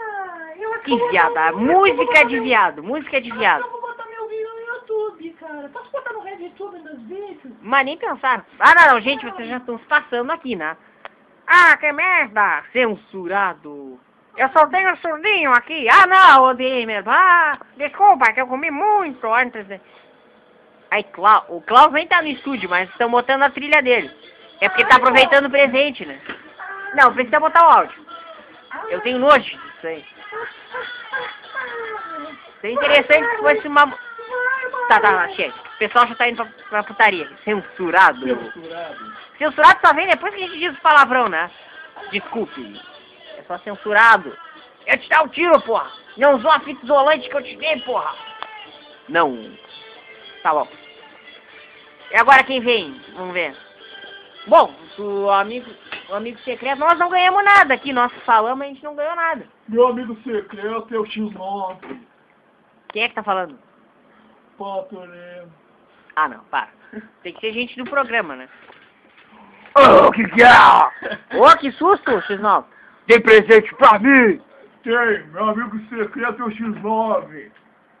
Speaker 3: Ah, eu acho
Speaker 1: Que
Speaker 3: eu vou
Speaker 1: viado,
Speaker 3: botar-
Speaker 1: a
Speaker 3: eu acho que eu vou
Speaker 1: música
Speaker 3: botar
Speaker 1: de
Speaker 3: meu-
Speaker 1: viado, música de
Speaker 3: eu acho que Eu
Speaker 1: viado.
Speaker 3: vou botar meu vídeo no YouTube, cara. Posso botar no Red YouTube nos vídeos?
Speaker 1: Mas nem pensar. Ah, não, não, gente, vocês já estão se passando aqui, né?
Speaker 2: Ah, que merda.
Speaker 1: Censurado.
Speaker 2: Eu só tenho um surdinho aqui. Ah, não, Odimer. Ah, desculpa, que eu comi muito antes de...
Speaker 1: Aí, Clau, o Klaus nem tá no estúdio, mas estão botando a trilha dele. É porque ele tá aproveitando o presente, né? Não, precisa botar o áudio. Eu tenho nojo disso aí. Seria interessante se fosse uma... Tá, tá, tá, chega. O pessoal já tá indo pra, pra putaria. Censurado.
Speaker 4: Censurado.
Speaker 1: Censurado só vem depois que a gente diz o palavrão, né? Desculpe. É só censurado. Eu te dar o tiro, porra. Não usou a fita isolante que eu te dei, porra. Não. Tá bom. E agora quem vem? Vamos ver. Bom, o amigo, o amigo secreto, nós não ganhamos nada aqui. Nós falamos, a gente não ganhou nada.
Speaker 4: Meu amigo secreto é o X9.
Speaker 1: Quem é que tá falando?
Speaker 4: Patoré.
Speaker 1: Ah, não, para. Tem que ser gente do programa, né?
Speaker 5: Ô, que que é?
Speaker 1: Ô, que susto, X9.
Speaker 5: Tem presente pra mim?
Speaker 4: Tem, meu amigo secreto é o X9.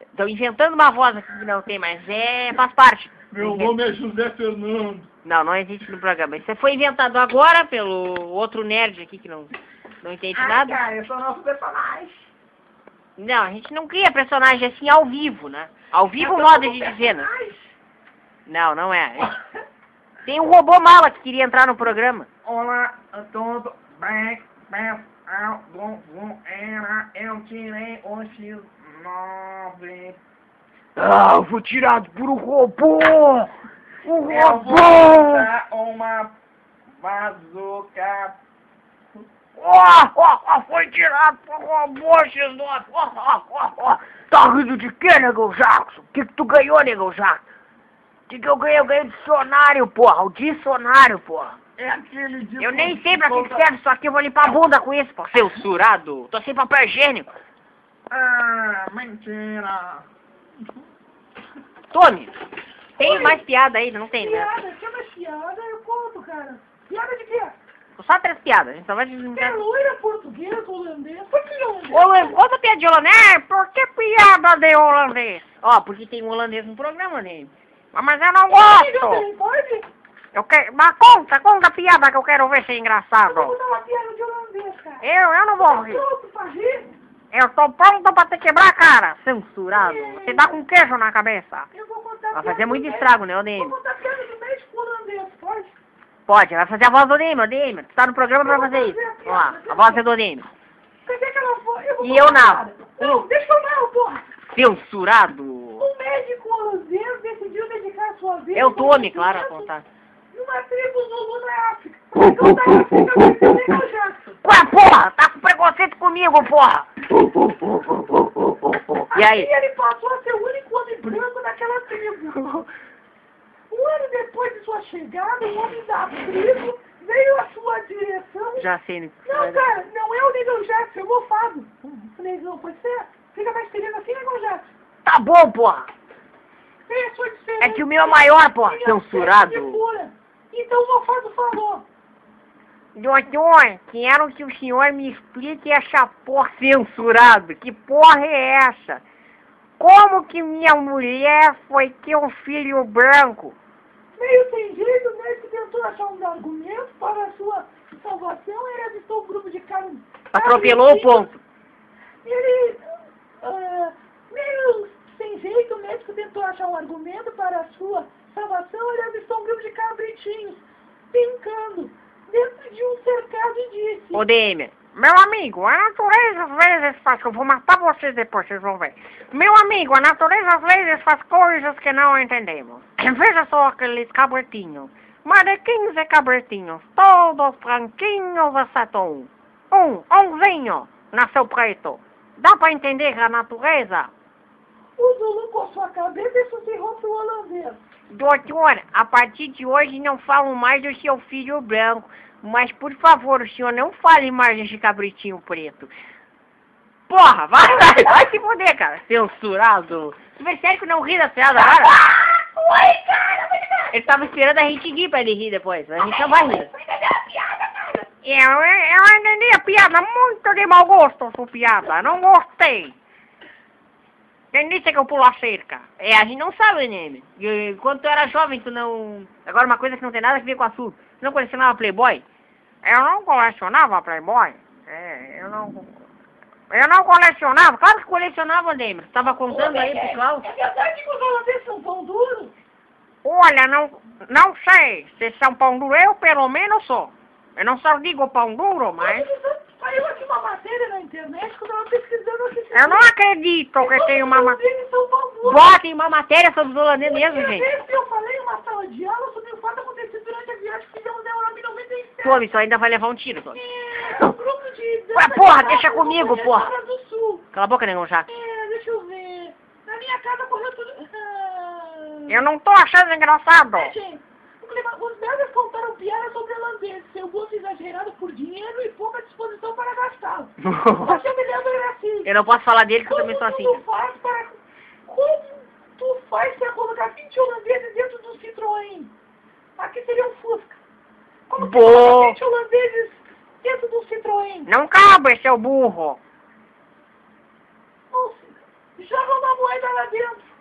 Speaker 1: Estão inventando uma voz aqui que não tem, mas é... faz parte.
Speaker 4: Meu nome é José Fernando.
Speaker 1: Não, não existe no programa. Isso foi inventado agora pelo outro nerd aqui que não, não entende
Speaker 3: Ai,
Speaker 1: nada.
Speaker 3: cara, eu sou nosso personagem.
Speaker 1: Não, a gente não cria personagem assim ao vivo, né? Ao vivo, modo de dizer, né? Não, não é. Tem um robô mala que queria entrar no programa.
Speaker 3: Olá a todos, bem, pessoal do Zoeira, eu tirei o X9.
Speaker 5: Ah, eu fui tirado por um robô! Um
Speaker 3: Eu vou
Speaker 5: robô!
Speaker 3: usar uma bazuca.
Speaker 5: Ó, ó, ó, foi tirado por um robô, X9! Ó, ó, ó, ó! Tá rindo de quê, Negão Jackson? O que que tu ganhou, Negão Jackson? O que que eu ganhei? Eu ganhei o dicionário, porra! O dicionário, porra!
Speaker 4: É aquele de...
Speaker 1: Eu nem sei pra que que serve isso aqui, eu vou limpar a bunda com isso, pô. Censurado. Tô sem papel higiênico.
Speaker 3: Ah, mentira.
Speaker 1: Tome. Tem mais piada ainda? Não tem, né?
Speaker 3: Piada, chama piada, eu conto, cara. Piada de quê?
Speaker 1: Só três piadas, a gente só vai...
Speaker 3: É loira, portuguesa, holandesa. Por que holandesa?
Speaker 1: Holan- Outra piada de holandês. É, por que piada de holandês? Ó, porque tem um holandês no programa, né?
Speaker 2: Ah, Mas eu não
Speaker 3: Entendeu o
Speaker 2: gosto.
Speaker 3: telefone?
Speaker 2: Eu quero... Mas conta, conta a piada que eu quero ver se
Speaker 1: Tá
Speaker 2: é
Speaker 3: Eu vou
Speaker 2: engraçado.
Speaker 3: botar uma piada de holandês, cara. Tá
Speaker 2: Eu, eu não vou rir.
Speaker 3: Pronto, pra rir?
Speaker 2: Eu tô pronto pra te quebrar a cara, censurado. Você tá com queijo na cabeça.
Speaker 3: Eu vou contar
Speaker 1: Vai
Speaker 3: piada
Speaker 1: fazer muito
Speaker 3: do
Speaker 1: estrago, né,
Speaker 3: México.
Speaker 1: Odemer?
Speaker 3: Vou contar piada do México holandês, pode?
Speaker 1: Pode, vai fazer a voz do Odemer, Odemer. Tu tá no programa pra fazer isso. Vamos lá, a voz é do Odemer.
Speaker 3: Cadê aquela voz? Eu vou
Speaker 1: E
Speaker 3: contar
Speaker 1: eu não.
Speaker 3: piada. Não, deixa eu não, porra.
Speaker 1: Censurado.
Speaker 3: Um médico holandês decidiu dedicar a sua vida...
Speaker 1: É o
Speaker 3: ao
Speaker 1: Tome, claro, a
Speaker 3: conhecimento
Speaker 1: contar.
Speaker 3: Numa tribo Zulu na África. Então da África, vai ser Michael Jackson.
Speaker 1: Ué, porra, tá com preconceito comigo, porra. E aí?
Speaker 3: ele passou a ser o único homem branco naquela tribo. Um ano depois de sua chegada, um homem da tribo veio à sua direção.
Speaker 1: Já sei. né?
Speaker 3: Não, cara, não é o Negão Jackson, é o Mofado. O Negão, pode ser? Fica mais querido assim, Negão Jackson.
Speaker 1: Tá bom, porra.
Speaker 3: É a sua diferença.
Speaker 1: É que o meu é maior, porra.
Speaker 3: Ele é um peixe de
Speaker 1: Censurado.
Speaker 3: fura. Então o Mofado falou.
Speaker 1: Doutor, quero que o senhor me explique essa porra censurado. Que porra é essa? Como que minha mulher foi ter um filho branco?
Speaker 3: Meio sem jeito, o médico tentou achar um argumento para a sua salvação. Ele avistou um grupo de caras.
Speaker 1: Atropelou o
Speaker 3: agressivos.
Speaker 1: ponto.
Speaker 3: Ele, ah, meio sem jeito, o médico tentou achar um argumento para a sua salvação. Ele avistou um grupo de cabritinhos brincando dentro de um cercado e disse:
Speaker 1: Odemer.
Speaker 2: Meu amigo, a natureza às vezes faz... Eu vou matar vocês depois, vocês vão ver. Meu amigo, a natureza às vezes faz coisas que não entendemos. Veja só aqueles cabritinhos. Mais de 15 cabritinhos, todos branquinhos, exceto um. Um, umzinho, nasceu preto. Dá pra entender a natureza?
Speaker 3: O Zulu coçou a cabeça e sussurrou para o holandês.
Speaker 1: Doutor, a partir de hoje não falo mais do seu filho branco, mas por favor, o senhor não fale mais desse cabritinho preto. Porra, vai, vai, vai se fuder, cara. Censurado. Tu vê sério que não ri da piada agora?
Speaker 3: Oi, cara, vai ligar!
Speaker 1: Ele tava esperando a gente rir pra ele rir depois, mas a gente não vai rir. É,
Speaker 3: Vai ligar a piada, cara!
Speaker 2: Eu, eu entendi a piada, muito de mau gosto sua piada, não gostei. Quem disse que eu pulo a cerca?
Speaker 1: É, a gente não sabe, né? E Quando tu era jovem, tu não... Agora, uma coisa que não tem nada a ver com o assunto. Tu não colecionava Playboy?
Speaker 2: Eu não colecionava Playboy. É, eu não... Eu não colecionava.
Speaker 1: Claro que colecionava, Neymar. Tu tava contando aí pro Klaus.
Speaker 3: É verdade que os holandeses são pão duro?
Speaker 2: Olha, não, não sei se são pão duro. Eu, pelo menos, sou. Eu não só digo pão duro, mas...
Speaker 3: Saiu aqui uma matéria na internet que eu tava pesquisando aqui.
Speaker 2: Eu não acredito que tem uma... ma-
Speaker 3: Eles são pão duro.
Speaker 1: Botem uma matéria sobre os holandeses mesmo,
Speaker 3: Primeira
Speaker 1: gente.
Speaker 3: vez que eu falei em uma sala de aula sobre o fato acontecido durante a viagem que fizemos na Europa um em 97.
Speaker 1: Tome, só ainda vai levar um tiro, Tome.
Speaker 3: É, É, um grupo de...
Speaker 1: Ué, porra, deixa comigo, porra.
Speaker 3: América do Sul.
Speaker 1: Cala a boca, negão Jax.
Speaker 3: É, deixa eu ver. Na minha casa correu tudo. Ah,
Speaker 2: Eu não tô achando engraçado.
Speaker 3: é, gente, o clima- Os belgas contaram piada sobre holandeses, seu gosto exagerado por dinheiro e pouca disposição para gastá-lo. Mas eu me lembro era assim.
Speaker 1: Eu não posso falar dele que eu também sou
Speaker 3: Como
Speaker 1: assim.
Speaker 3: tu faz para... Como tu faz para colocar 20 holandeses dentro do Citroën? Aqui seria um Fusca. Como tu
Speaker 1: Boa.
Speaker 3: coloca 20 holandeses dentro do Citroën?
Speaker 2: Não cabe, seu burro.
Speaker 3: Nossa, joga uma moeda lá dentro.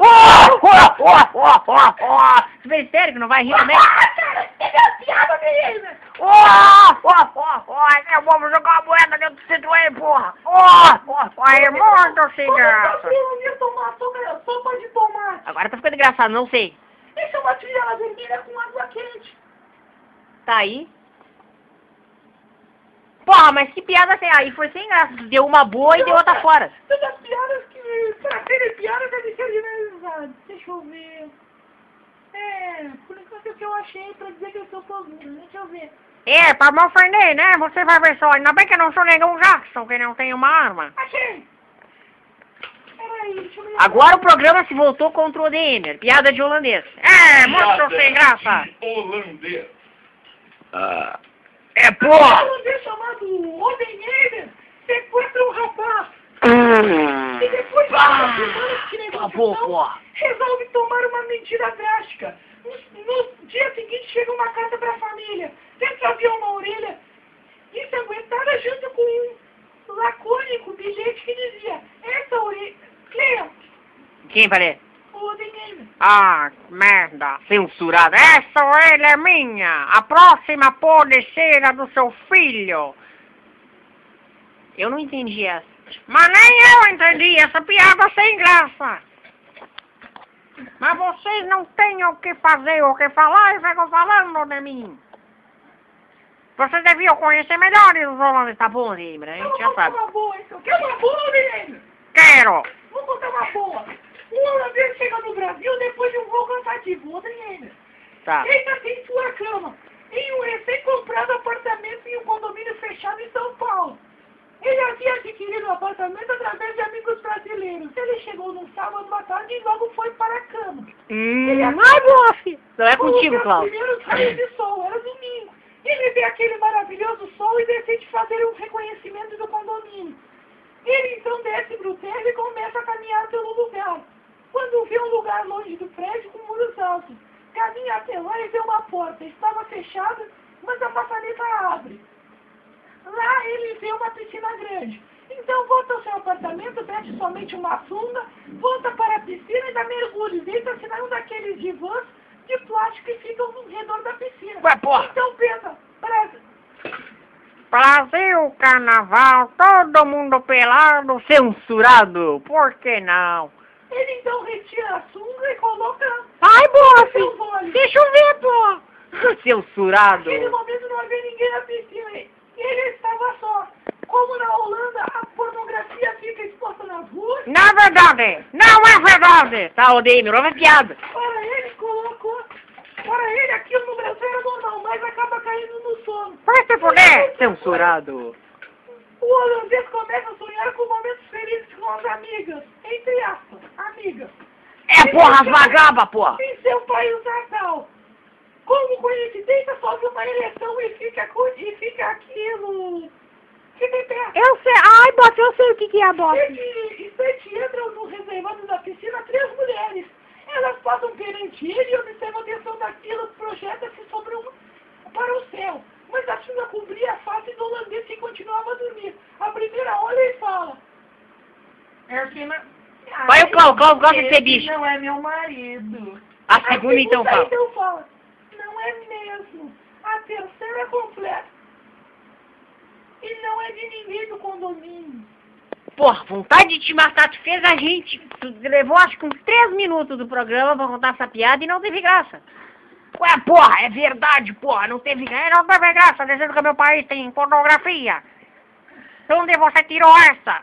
Speaker 1: oh, oh, oh, oh, oh, oh. Você vê sério que não vai rir também?
Speaker 3: Ah, cara, teve a piada, menina!
Speaker 2: Oh, oh, oh, oh, eu vou jogar a moeda dentro do Citroën, porra. Oh, oh, oh,
Speaker 1: é
Speaker 2: irmão do
Speaker 3: Como tá
Speaker 2: cigarro.
Speaker 3: frio, ia tomar sopa, sopa de tomate.
Speaker 1: Agora tá ficando engraçado, não sei.
Speaker 3: Deixa uma tigela vermelha com água quente.
Speaker 1: Tá aí. Porra, mas que piada sem aí? Foi sem graça. Deu uma boa e deu outra fora.
Speaker 3: Todas as piadas que... Pra serem piadas, devem ser generalizadas. né, Deixa eu ver... É, por enquanto é o que eu achei pra dizer que eu sou sozinho. né? Deixa eu ver.
Speaker 2: É, pra me ofender, né? Você vai ver só. Ainda bem que eu não sou negão Jackson, que não tem uma arma.
Speaker 3: Achei! Peraí, deixa eu me lembrar.
Speaker 1: Agora o programa se voltou contra o DN. Piada de holandês.
Speaker 2: É, muito sem graça.
Speaker 4: de Holandês.
Speaker 2: É,
Speaker 3: Um
Speaker 2: porra.
Speaker 3: holandês chamado Odenheim sequestra um rapaz. E depois de
Speaker 1: Bah!
Speaker 3: umas semanas de
Speaker 1: Ah! Cala a boca.
Speaker 3: negociação, resolve tomar uma medida drástica. No, no dia seguinte chega uma carta para a família. Dentro havia uma orelha ensanguentada junto com um lacônico bilhete que dizia essa orelha... Cleia,
Speaker 1: Quem falei?
Speaker 3: Odenheim.
Speaker 2: Ah, merda.
Speaker 1: Censurada. É?
Speaker 2: Essa orelha é minha. A próxima pode ser a do seu filho.
Speaker 1: Eu não entendi essa.
Speaker 2: Mas nem eu entendi essa piada sem graça. Mas vocês não têm o que fazer, o que falar e ficam falando de mim. Vocês deviam conhecer melhor os holandeses.
Speaker 1: Tá bom, Neymar, a
Speaker 3: Eu
Speaker 1: gente
Speaker 3: vou
Speaker 1: já
Speaker 3: contar
Speaker 1: sabe.
Speaker 3: uma boa, então. Quer uma boa, Odenheim?
Speaker 2: Quero.
Speaker 3: Vou contar uma boa. Um holandês chega no Brasil depois de um voo cansativo. Odenheim.
Speaker 1: Tá.
Speaker 3: Deita-se em sua cama, em um recém-comprado apartamento em um condomínio fechado em São Paulo. Ele havia adquirido o apartamento através de amigos brasileiros. Ele chegou num sábado à tarde e logo foi para a cama.
Speaker 1: Hum, ai, bofe. Não é contigo, Cláudio.
Speaker 3: Primeiro raio de sol, era domingo. Ele vê aquele maravilhoso sol e decide fazer um reconhecimento do condomínio. Ele então desce para o prédio e começa a caminhar pelo lugar. Quando vê um lugar longe do prédio com muros altos, caminha até lá e vê uma porta. Estava fechada, mas a maçaneta abre. Lá ele vê uma piscina grande. Então volta ao seu apartamento, veste somente uma sunga, volta para a piscina e dá mergulho. Deita-se num daqueles divãs de plástico que ficam no redor da piscina.
Speaker 2: Ué, porra.
Speaker 3: Então pensa, parece,
Speaker 2: Brasil, carnaval, todo mundo pelado, censurado. Por que não?
Speaker 3: ele então retira a sunga e coloca
Speaker 2: Ai, bofe.
Speaker 3: seu vôlei.
Speaker 2: Deixa eu ver, pô.
Speaker 1: Censurado.
Speaker 3: Naquele momento não havia ninguém na piscina e ele estava só. Como na Holanda a pornografia fica exposta nas ruas,
Speaker 2: Na verdade, não é verdade.
Speaker 1: Tá, ô Neymar, ouve a piada.
Speaker 3: para ele colocou. Para ele aquilo no Brasil era normal, mas acaba caindo no sono.
Speaker 2: Vai se fuder.
Speaker 1: Censurado.
Speaker 3: O holandês começa a sonhar com momentos felizes com as amigas. Entre aspas, amigas.
Speaker 1: É, porra, as vagaba, porra.
Speaker 3: Em seu país natal. Como coincidência, sobe uma eleição e fica, co- e fica aquilo. Fica em pé.
Speaker 2: Eu sei. Ai, bofe, eu sei o que, que é, bofe.
Speaker 3: Sete, sete entram no reservado da piscina três mulheres. Elas passam perante ele e observam a atenção daquilo, projeta-se sobre um, para o céu. Mas a chuva cobria a face do holandês que continuava a dormir. A primeira olha e fala.
Speaker 1: Vai o Cláudio, Cláudio gosta de ser bicho.
Speaker 3: Não é meu marido.
Speaker 1: A segunda, então, fala.
Speaker 3: então fala. Não é mesmo. A terceira é completa. E não é de ninguém do condomínio.
Speaker 1: Porra, vontade de te matar, tu fez a gente. Tu levou acho que uns 3 minutos do programa pra contar essa piada e não teve graça.
Speaker 2: Ué, porra, é verdade, porra, não teve graça. Não teve graça dizendo que meu país tem pornografia. De
Speaker 1: Então,
Speaker 2: onde você tirou essa?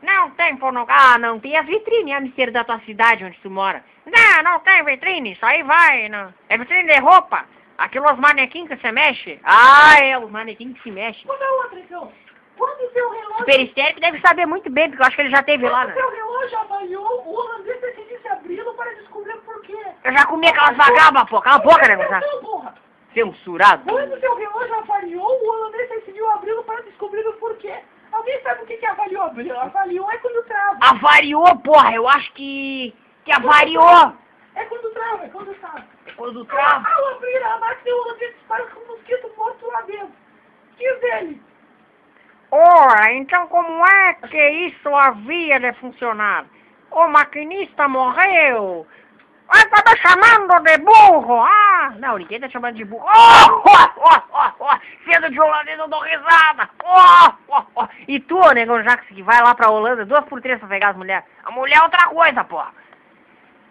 Speaker 2: Não tem pornografia.
Speaker 1: Ah, não, tem a vitrine, a mister da tua cidade onde tu mora.
Speaker 2: Não, não tem vitrine, isso aí vai. Não. É vitrine de roupa.
Speaker 1: Aquilo os manequins que se mexe? Ah, é, os manequins que se mexem.
Speaker 3: Ô, meu Andrigão, é quando seu relógio...
Speaker 1: O Peristérico deve saber muito bem, porque eu acho que ele já teve lá, né?
Speaker 3: Quando seu relógio avaliou, o holandês decidiu se abri-lo para descobrir o porquê.
Speaker 1: Eu já comi aquelas vagabas, pô. Cala a boca, né,
Speaker 3: Presta
Speaker 1: moçada?
Speaker 3: atenção, porra!
Speaker 1: Censurado.
Speaker 3: Quando seu relógio avaliou, o holandês decidiu abri-lo para descobrir o porquê. Alguém sabe o que que avaliou? Abriu- Avaliou é quando
Speaker 1: Ah.
Speaker 3: trava.
Speaker 1: Avariou, porra. Eu acho que... Que avariou.
Speaker 3: É quando trava, é quando trava.
Speaker 1: Quando trava.
Speaker 3: Ao abrir a máquina, o holandês dispara com um mosquito morto lá dentro. Diz ele.
Speaker 1: Ora, então como é que isso havia de funcionar? O maquinista morreu. Ah, tá me chamando de burro, ah! Não, ninguém tá chamando de burro. Oh, oh, oh, oh, oh. Sendo de holandês eu dou risada. Oh, oh, oh. E tu, negão Jacques, que vai lá pra Holanda duas por três pra pegar as mulheres. A mulher é outra coisa, porra.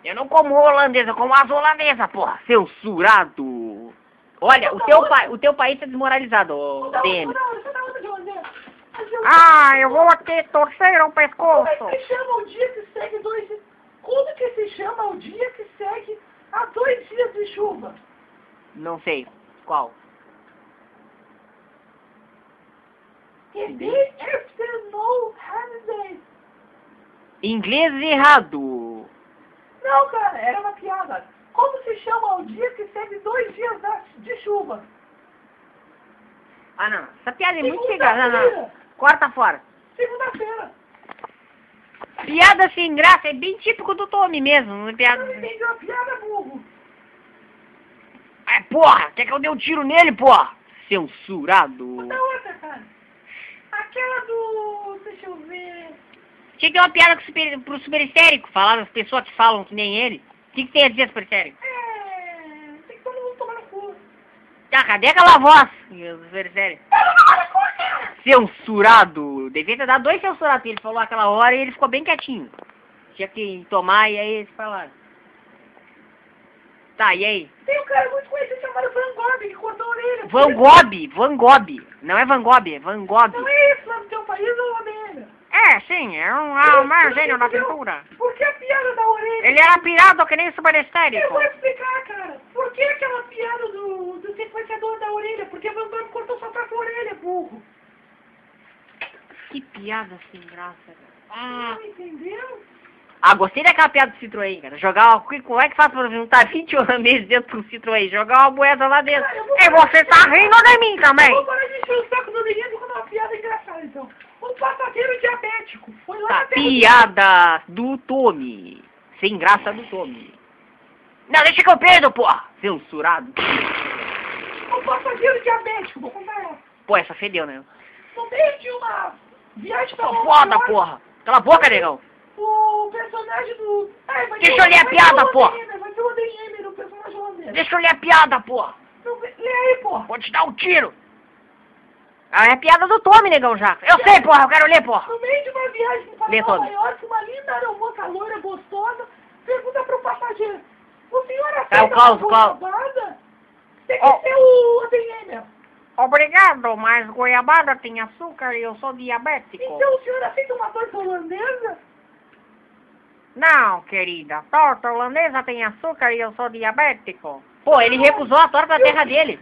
Speaker 1: Eu não como holandesa, eu como as holandesas, porra. Censurado. Olha, o teu, pai, o teu país tá desmoralizado, ô
Speaker 3: Não,
Speaker 1: DM.
Speaker 3: não, você tá onde, holandês? Mas eu-
Speaker 1: Ah, eu vou até torcer o
Speaker 3: Como
Speaker 1: pescoço.
Speaker 3: é que se chama o dia que segue dois... Como que se chama o dia que segue a dois dias de chuva?
Speaker 1: Não sei. Qual?
Speaker 3: The day after no holiday.
Speaker 1: Inglês errado.
Speaker 3: Não, cara, era uma piada. Como se chama o dia que segue dois dias da- de chuva?
Speaker 1: Ah, não. Essa piada é muito chegada. Não, não.
Speaker 3: Segunda-feira.
Speaker 1: Corta fora.
Speaker 3: Segunda-feira.
Speaker 1: Piada sem graça é bem típico do Tommy mesmo. não é Piada...
Speaker 3: Não entendi uma piada, burro.
Speaker 1: É, porra. Quer que eu dê um tiro nele, porra? Censurado.
Speaker 3: Da outra, cara. Aquela do... Deixa eu ver...
Speaker 1: Tinha que ter uma piada com o super, pro super histérico. Falar das pessoas que falam que nem ele. O que, que tem a dizer, super histérico?
Speaker 3: É... Tem que todo mundo tomar no cu.
Speaker 1: Tá, cadê aquela voz? Super histérico.
Speaker 3: Ela não tomar no cu, cara!
Speaker 1: Censurado. Devia ter dado dois censurados. porque Ele falou aquela hora e ele ficou bem quietinho. Tinha que tomar e aí eles falaram. Tá, e aí?
Speaker 3: Tem um cara muito conhecido chamado Van Gogh que cortou a orelha.
Speaker 1: Van Gogh, Van Gogh. Não é Van Gogh, é Van Gogh.
Speaker 3: Não é isso lá no teu país, ô América.
Speaker 1: É, sim, é um,
Speaker 3: é
Speaker 1: é
Speaker 3: um maior gênio da pintura. Por que a piada da orelha?
Speaker 1: Ele é era pirado que nem
Speaker 3: Eu
Speaker 1: superestérico.
Speaker 3: vou explicar, cara. Por que aquela piada do, do sequenciador da orelha? Porque Van Damme cortou sua própria orelha, burro.
Speaker 1: Que piada sem graça, cara.
Speaker 3: Ah.
Speaker 1: Ah,
Speaker 3: Não entendeu?
Speaker 1: Ah, gostei daquela piada do Citroën, cara. Jogar uma... que- Como é que faz pra juntar 20 holandeses dentro do Citroën? Jogar uma moeda lá dentro.
Speaker 3: Cara, eu vou-
Speaker 1: E você tá rindo de mim também.
Speaker 3: Vou parar de encher o saco do menino com uma piada engraçada, então. Um passageiro diabético foi lá
Speaker 1: Tá,
Speaker 3: na terra do-
Speaker 1: piada do Tommy. Sem graça do Tommy. Não, deixa que eu perdo, porra. Censurado.
Speaker 3: Um passageiro diabético, vou contar essa.
Speaker 1: Pô, essa fedeu, né?
Speaker 3: No meio de uma viagem pra
Speaker 1: Tô
Speaker 3: Nova
Speaker 1: foda,
Speaker 3: York,
Speaker 1: porra. Cala a boca, negão.
Speaker 3: O personagem do... Ai, vai
Speaker 1: Deixa
Speaker 3: ter-
Speaker 1: eu ler a
Speaker 3: vai ter
Speaker 1: piada,
Speaker 3: o
Speaker 1: porra.
Speaker 3: Odenheimer, Vai ser o Odenheimer, o personagem é holandês.
Speaker 1: Deixa eu ler a piada, porra.
Speaker 3: Então, Lê aí, porra.
Speaker 1: Vou te dar um tiro. Ah, é a piada do Tommy, negão, já. Eu sei, porra. Eu quero ler, porra.
Speaker 3: No meio de uma viagem para
Speaker 1: Lê,
Speaker 3: Nova
Speaker 1: Tony.
Speaker 3: York, uma linda aeromoça loira gostosa pergunta para o passageiro: O senhor aceita
Speaker 1: Tá, o Klaus,
Speaker 3: uma
Speaker 1: Klaus.
Speaker 3: goiabada? Tem que
Speaker 1: Ó.
Speaker 3: ser o Odenheimer.
Speaker 1: Obrigado, mas goiabada tem açúcar e eu sou diabético.
Speaker 3: Então o senhor aceita uma torta holandesa?
Speaker 1: Não, querida. Torta holandesa tem açúcar e eu sou diabético. Pô, ele recusou a torta da terra dele.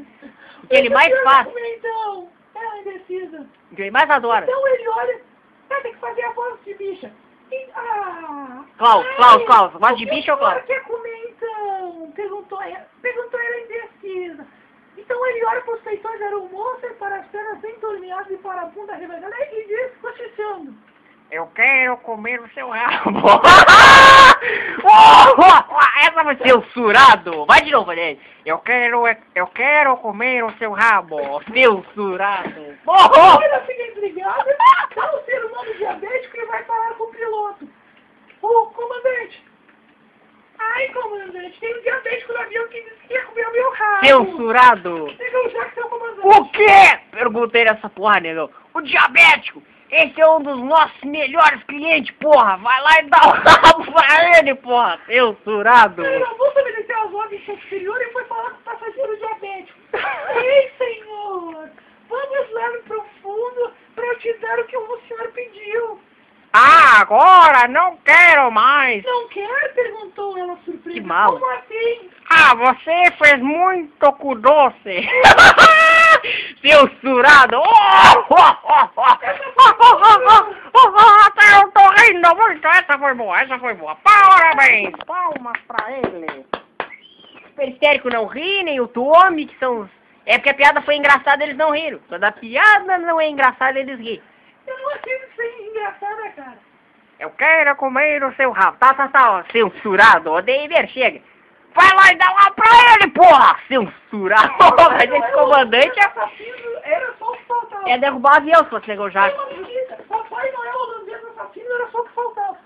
Speaker 1: O que ele
Speaker 3: Deixa
Speaker 1: mais
Speaker 3: eu
Speaker 1: faz,
Speaker 3: comer, Então, ela indecisa.
Speaker 1: o que ele mais adora.
Speaker 3: Então ele olha, ah, tem que fazer a voz de bicha. E- ah,
Speaker 1: Klaus,
Speaker 3: ai,
Speaker 1: Klaus, Klaus, voz de
Speaker 3: o que
Speaker 1: bicha ou
Speaker 3: o senhor
Speaker 1: Klaus?
Speaker 3: quer comer então? Perguntou ela, perguntou ela indecisa. Então ele olha para os peitões da aeromoça um e para as pernas bem dormeadas e para a bunda revelada e diz, cochichando.
Speaker 1: Eu quero comer o seu rabo. Oh, oh, oh, essa foi censurado. Vai de novo, gente. Eu quero, eu quero comer o seu rabo. Censurado. Oh,
Speaker 3: Oh.
Speaker 1: oh.
Speaker 3: Ela fica intrigada, dá um ser humano diabético e vai falar com o piloto. Ô, comandante. Ai, comandante, tem um diabético no avião que disse que ia comer o meu rabo.
Speaker 1: Censurado.
Speaker 3: Pegou já que seu comandante.
Speaker 1: O quê? Perguntei nessa porra, negão. O diabético. Esse é um dos nossos melhores clientes, porra. Vai lá e dá o rabo pra ele, porra. Censurado.
Speaker 3: Cara, a moça obedeceu às ordens do é superior e foi falar com o passageiro diabético. Ei, senhor, vamos lá no profundo para eu te dar o que o senhor pediu.
Speaker 1: Ah, agora não quero mais.
Speaker 3: Não quer? Perguntou ela surpresa.
Speaker 1: Que mal.
Speaker 3: Como assim?
Speaker 1: Ah,
Speaker 2: Ah, você fez muito com doce. Seu surado. Oh, oh, oh, oh. Oh, oh, oh, oh, oh, até eu tô rindo muito. Essa foi boa, essa foi boa. Parabéns. Palmas pra ele.
Speaker 1: peristérico não ri, nem o Tommy, que são os... É porque a piada foi engraçada, eles não riram. Quando a piada não é engraçada, eles riem.
Speaker 3: Eu não achei isso engraçada, cara.
Speaker 2: Eu quero comer o seu rabo. Tá, tá, tá. ó.
Speaker 1: Censurado, ó, David, chega. Vai lá e dá lá pra ele, porra! Censurado! Mas esse comandante é...
Speaker 3: assassino era só o que faltava.
Speaker 1: é derrubar o avião se fosse negou já.
Speaker 3: É uma mentira. Papai Noel holandês assassino era só o que faltava.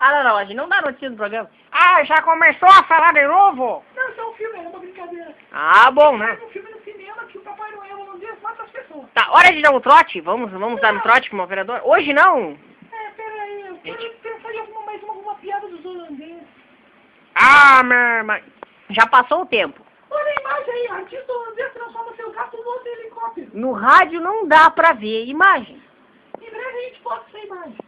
Speaker 1: ah, não, não, a gente não dá notícia no programa.
Speaker 2: Ah, já começou a falar de novo?
Speaker 3: Não, isso é um filme, era uma brincadeira.
Speaker 1: Ah, bom, né?
Speaker 3: É um filme no cinema que o Papai Noel holandês mata as pessoas.
Speaker 1: Tá, hora de dar um trote. Vamos, vamos dar um trote como operador. Hoje não.
Speaker 3: É, peraí, eu quero pensar em alguma, mais uma, alguma piada dos holandeses.
Speaker 1: Ah, minha irmã. Já passou o tempo.
Speaker 3: Olha a imagem aí, artista holandês transforma seu gato num outro helicóptero.
Speaker 1: No rádio não dá pra ver imagem.
Speaker 3: Em breve a gente posta essa imagem.